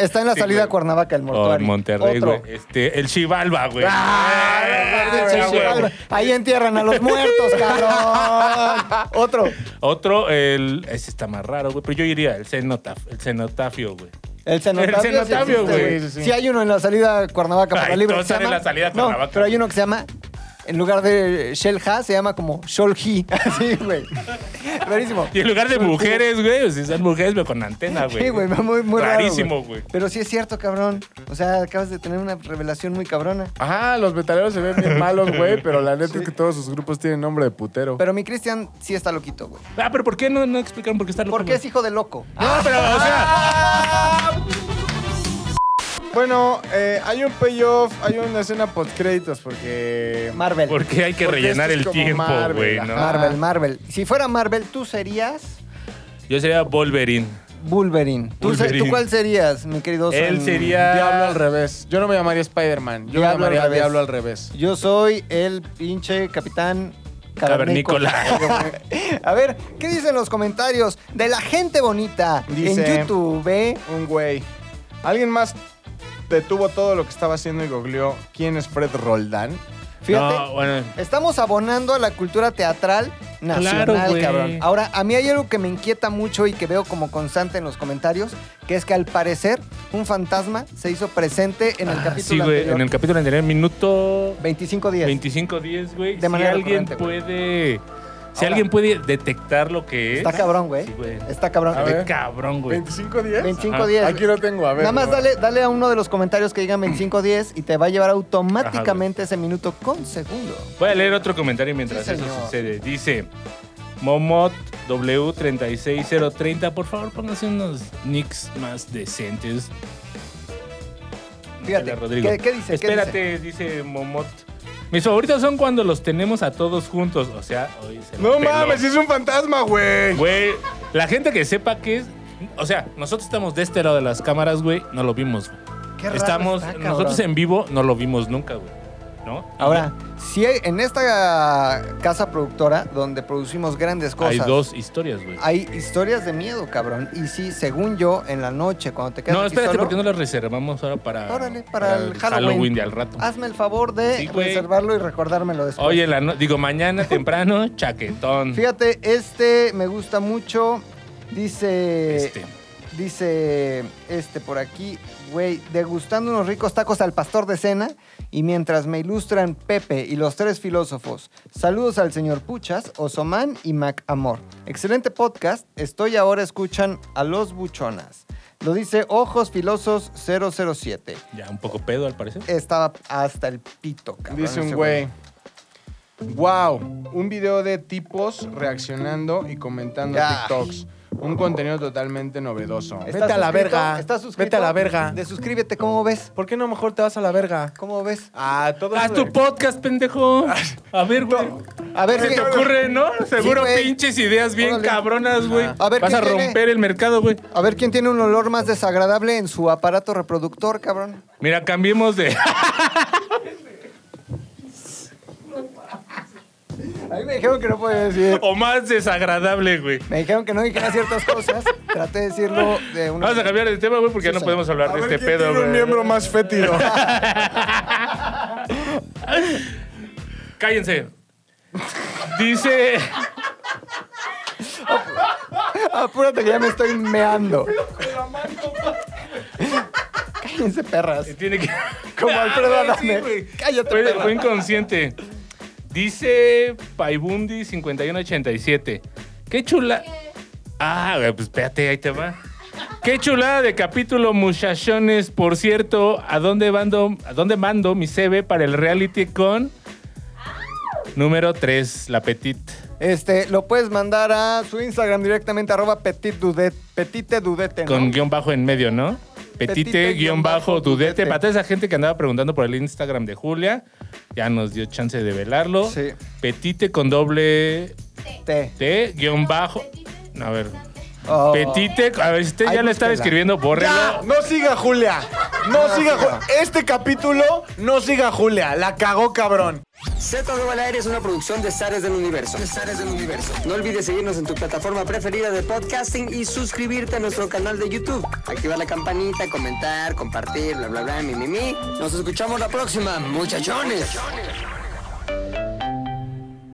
S4: Está en la
S3: Sí,
S4: salida
S3: güey.
S4: a Cuernavaca el
S3: O
S4: mortuario.
S3: Oh, Monterrey,
S4: Otro.
S3: güey. Este, el Chivalba, güey.
S2: Ah,
S3: Ah,
S2: no,
S3: güey,
S2: no,
S3: güey.
S2: no, no, no.
S4: Ahí entierran a los muertos, cabrón. Otro.
S3: Otro, el. Ese está más raro, güey. Pero yo iría el Cenotaf, el Cenotafio, güey.
S4: El cenotafio. sí
S3: cenotafio,
S4: existe,
S3: güey.
S2: Sí, sí, sí.
S4: Sí, hay uno en la salida a Cuernavaca para
S3: Ay,
S4: libre.
S3: todos
S4: que se
S3: salen
S4: llama-
S3: en la salida a
S4: No,
S3: Cuernavaca.
S4: pero hay uno que se llama. En lugar de Shell Ha, se llama como Shol He. Así, güey. Rarísimo.
S3: Y en lugar de
S4: Shol He.
S3: mujeres, güey, si son mujeres, pero con antena, güey.
S4: Sí, güey, muy, muy raro,
S3: Rarísimo, güey.
S4: Pero sí es cierto, cabrón. O sea, acabas de tener una revelación muy cabrona.
S2: Ajá, los metaleros se ven bien malos, güey, pero la neta es que todos sus grupos tienen nombre de putero.
S4: Pero mi Cristian sí está loquito, güey.
S3: Ah, pero ¿por qué no, no explicaron por qué está loco?
S4: Porque
S3: güey?
S4: es hijo de loco.
S3: No, pero, o
S4: Ah.
S3: sea.
S2: Bueno, eh, hay un payoff, hay una escena post créditos porque...
S4: Marvel.
S3: ¿Por qué hay que
S2: Porque esto
S3: rellenar
S2: es
S3: el
S2: como
S3: tiempo,
S2: Marvel,
S3: güey?
S2: ajá.
S3: ¿no? Ah.
S4: Marvel, Marvel. Si fuera Marvel, tú serías
S3: Yo sería Wolverine.
S4: Wolverine. ¿Tú, se-
S3: Wolverine.
S4: ¿Tú cuál serías, mi querido? Oso,
S3: Él
S4: en-
S3: sería-
S2: Diablo al revés. Yo no me llamaría Spider-Man. Yo me
S4: Diablo al
S2: llamaría
S4: revés.
S2: Diablo al revés.
S4: Yo soy el pinche capitán
S3: Cavernícola.
S4: A ver, ¿qué dicen los comentarios de la gente bonita
S2: Dice-
S4: en YouTube? eh?
S2: Un güey. Alguien más detuvo todo lo que estaba haciendo y googleó quién es Fred Roldán.
S4: Fíjate.
S3: No, bueno.
S4: Estamos abonando a la cultura teatral nacional,
S3: Claro, güey.
S4: cabrón. Ahora, a mí hay algo que me inquieta mucho y que veo como constante en los comentarios, que es que al parecer un fantasma se hizo presente en
S3: Ah,
S4: el
S3: Sí,
S4: capítulo
S3: güey,
S4: anterior.
S3: en el capítulo anterior, minuto
S4: 25 días.
S3: 25-10, güey.
S4: De
S3: Si
S4: manera
S3: alguien
S4: recurrente, güey.
S3: puede... Si
S4: Ahora.
S3: alguien puede detectar lo que es...
S4: Está cabrón, güey.
S3: Sí, güey.
S4: Está cabrón.
S3: A
S2: ver.
S3: ver, cabrón, güey.
S2: 25 días.
S4: 25
S3: Ajá.
S4: días.
S2: Aquí lo tengo, a ver.
S4: Nada más
S2: ¿no?
S4: dale, dale a uno de los comentarios que digan 25 10 y te va a llevar automáticamente ese minuto con segundo.
S3: Voy a leer otro comentario mientras
S4: Sí,
S3: eso
S4: señor.
S3: sucede. Dice Momot W36030, por favor, pónganse unos nicks más decentes.
S4: Fíjate,
S3: Hola, Rodrigo.
S4: ¿qué- qué dice? ¿Qué
S3: Espérate, dice? Momot. Mis favoritos son cuando los tenemos a todos juntos, o sea, hoy se la
S2: No
S3: peló.
S2: mames, es un fantasma, güey.
S3: Güey, la gente que sepa que es o sea, nosotros estamos de este lado de las cámaras, güey, no lo vimos. güey.
S4: Qué raro
S3: Estamos
S4: está, cabrón.
S3: nosotros en vivo no lo vimos nunca, güey. ¿No?
S4: Ahora, si hay- en esta casa productora donde producimos grandes cosas,
S3: hay dos historias, güey.
S4: hay historias de miedo, cabrón. Y sí, según yo, en la noche, cuando te quedas
S3: No,
S4: aquí
S3: espérate,
S4: solo,
S3: ¿por qué no las reservamos ahora para,
S4: Órale, para el Halloween. Ah,
S3: de al rato?
S4: hazme el favor de
S3: Sí, güey.
S4: reservarlo y recordármelo después.
S3: Oye, la no- digo, mañana temprano, chaquetón.
S4: Fíjate, este me gusta mucho. Dice.
S3: Este.
S4: Dice este por aquí, güey, degustando unos ricos tacos al pastor de cena y mientras me ilustran Pepe y los tres filósofos, saludos al señor Puchas, Osomán y Mac Amor. Excelente podcast, estoy ahora escuchan a los buchonas. Lo dice Ojos Filosos 007.
S3: Ya un poco pedo, al parecer.
S4: Estaba hasta el pito, cabrón.
S2: Dice un
S4: ese
S2: güey. Wow, un video de tipos reaccionando y comentando
S4: Ya.
S2: TikToks. Un contenido totalmente novedoso.
S4: ¿Estás suscrito? ¿Estás suscrito?
S2: Vete a la verga.
S4: De suscríbete, ¿cómo ves?
S2: ¿Por qué no mejor te vas a la verga?
S4: ¿Cómo ves?
S2: Ah, todo
S3: Haz
S2: eso
S3: tu
S2: de-
S3: podcast, pendejo.
S4: Ah,
S3: A ver, güey.
S4: A ver,
S3: ¿Qué
S4: ¿qué-
S3: te ocurre, no? Seguro
S4: güey.
S3: pinches ideas bien
S4: Órale. Ah.
S3: cabronas, güey.
S4: A ver,
S3: Vas
S4: ¿qué
S3: a
S4: tiene?
S3: romper el mercado, güey.
S4: A ver quién tiene un olor más desagradable en su aparato reproductor, cabrón.
S3: Mira, cambiemos de.
S4: A mí me dijeron que no podía decir.
S3: o más desagradable, güey.
S4: Me dijeron que no dijera ciertas cosas. Traté de decirlo de una.
S3: Vamos a cambiar de tema, güey, porque ya
S4: Sí,
S3: no
S4: señor.
S3: podemos hablar
S2: A
S3: de
S2: ver
S3: este
S2: quién
S3: pedo,
S2: tiene
S3: güey.
S2: un miembro más fétido.
S3: Cállense. Dice.
S4: Apúrate que ya me estoy meando. Cállense, perras.
S3: Tiene que.
S4: Como Alfredo
S3: Ah, sí,
S4: Adame.
S3: güey.
S4: Cállate,
S3: Fue,
S4: perra.
S3: fue inconsciente. Dice Paibundi 5187. Qué chula. Ah, güey, pues espérate, ahí te va. Qué chulada de capítulo, muchachones. Por cierto, ¿a dónde mando, a dónde mando mi CV para el reality con? Número 3, la Petit.
S4: Este, lo puedes mandar a su Instagram directamente, arroba petit dudet, petite dudete, ¿no?
S3: Con guión bajo en medio, ¿no? Petite, guión bajo, dudete. Para toda esa gente que andaba preguntando por el Instagram de Julia, ya nos dio chance de velarlo.
S4: Sí.
S3: Petite con doble
S4: T.
S3: T, guión bajo. A ver.
S4: Oh.
S3: Petite, a ver, si usted
S4: Ahí
S3: ya le estaba
S4: búsquenla.
S3: escribiendo,
S2: Ya,
S3: bórrelo.
S2: no siga Julia. No, siga Julia. Este capítulo, no siga Julia. La cagó, cabrón.
S1: Z2 al aire es una producción de Zares del Universo. De Zares del Universo. No olvides seguirnos en tu plataforma preferida de podcasting y suscribirte a nuestro canal de YouTube. Activar la campanita, comentar, compartir, bla, bla, bla, mi, mi, mi. Nos escuchamos la próxima, muchachones.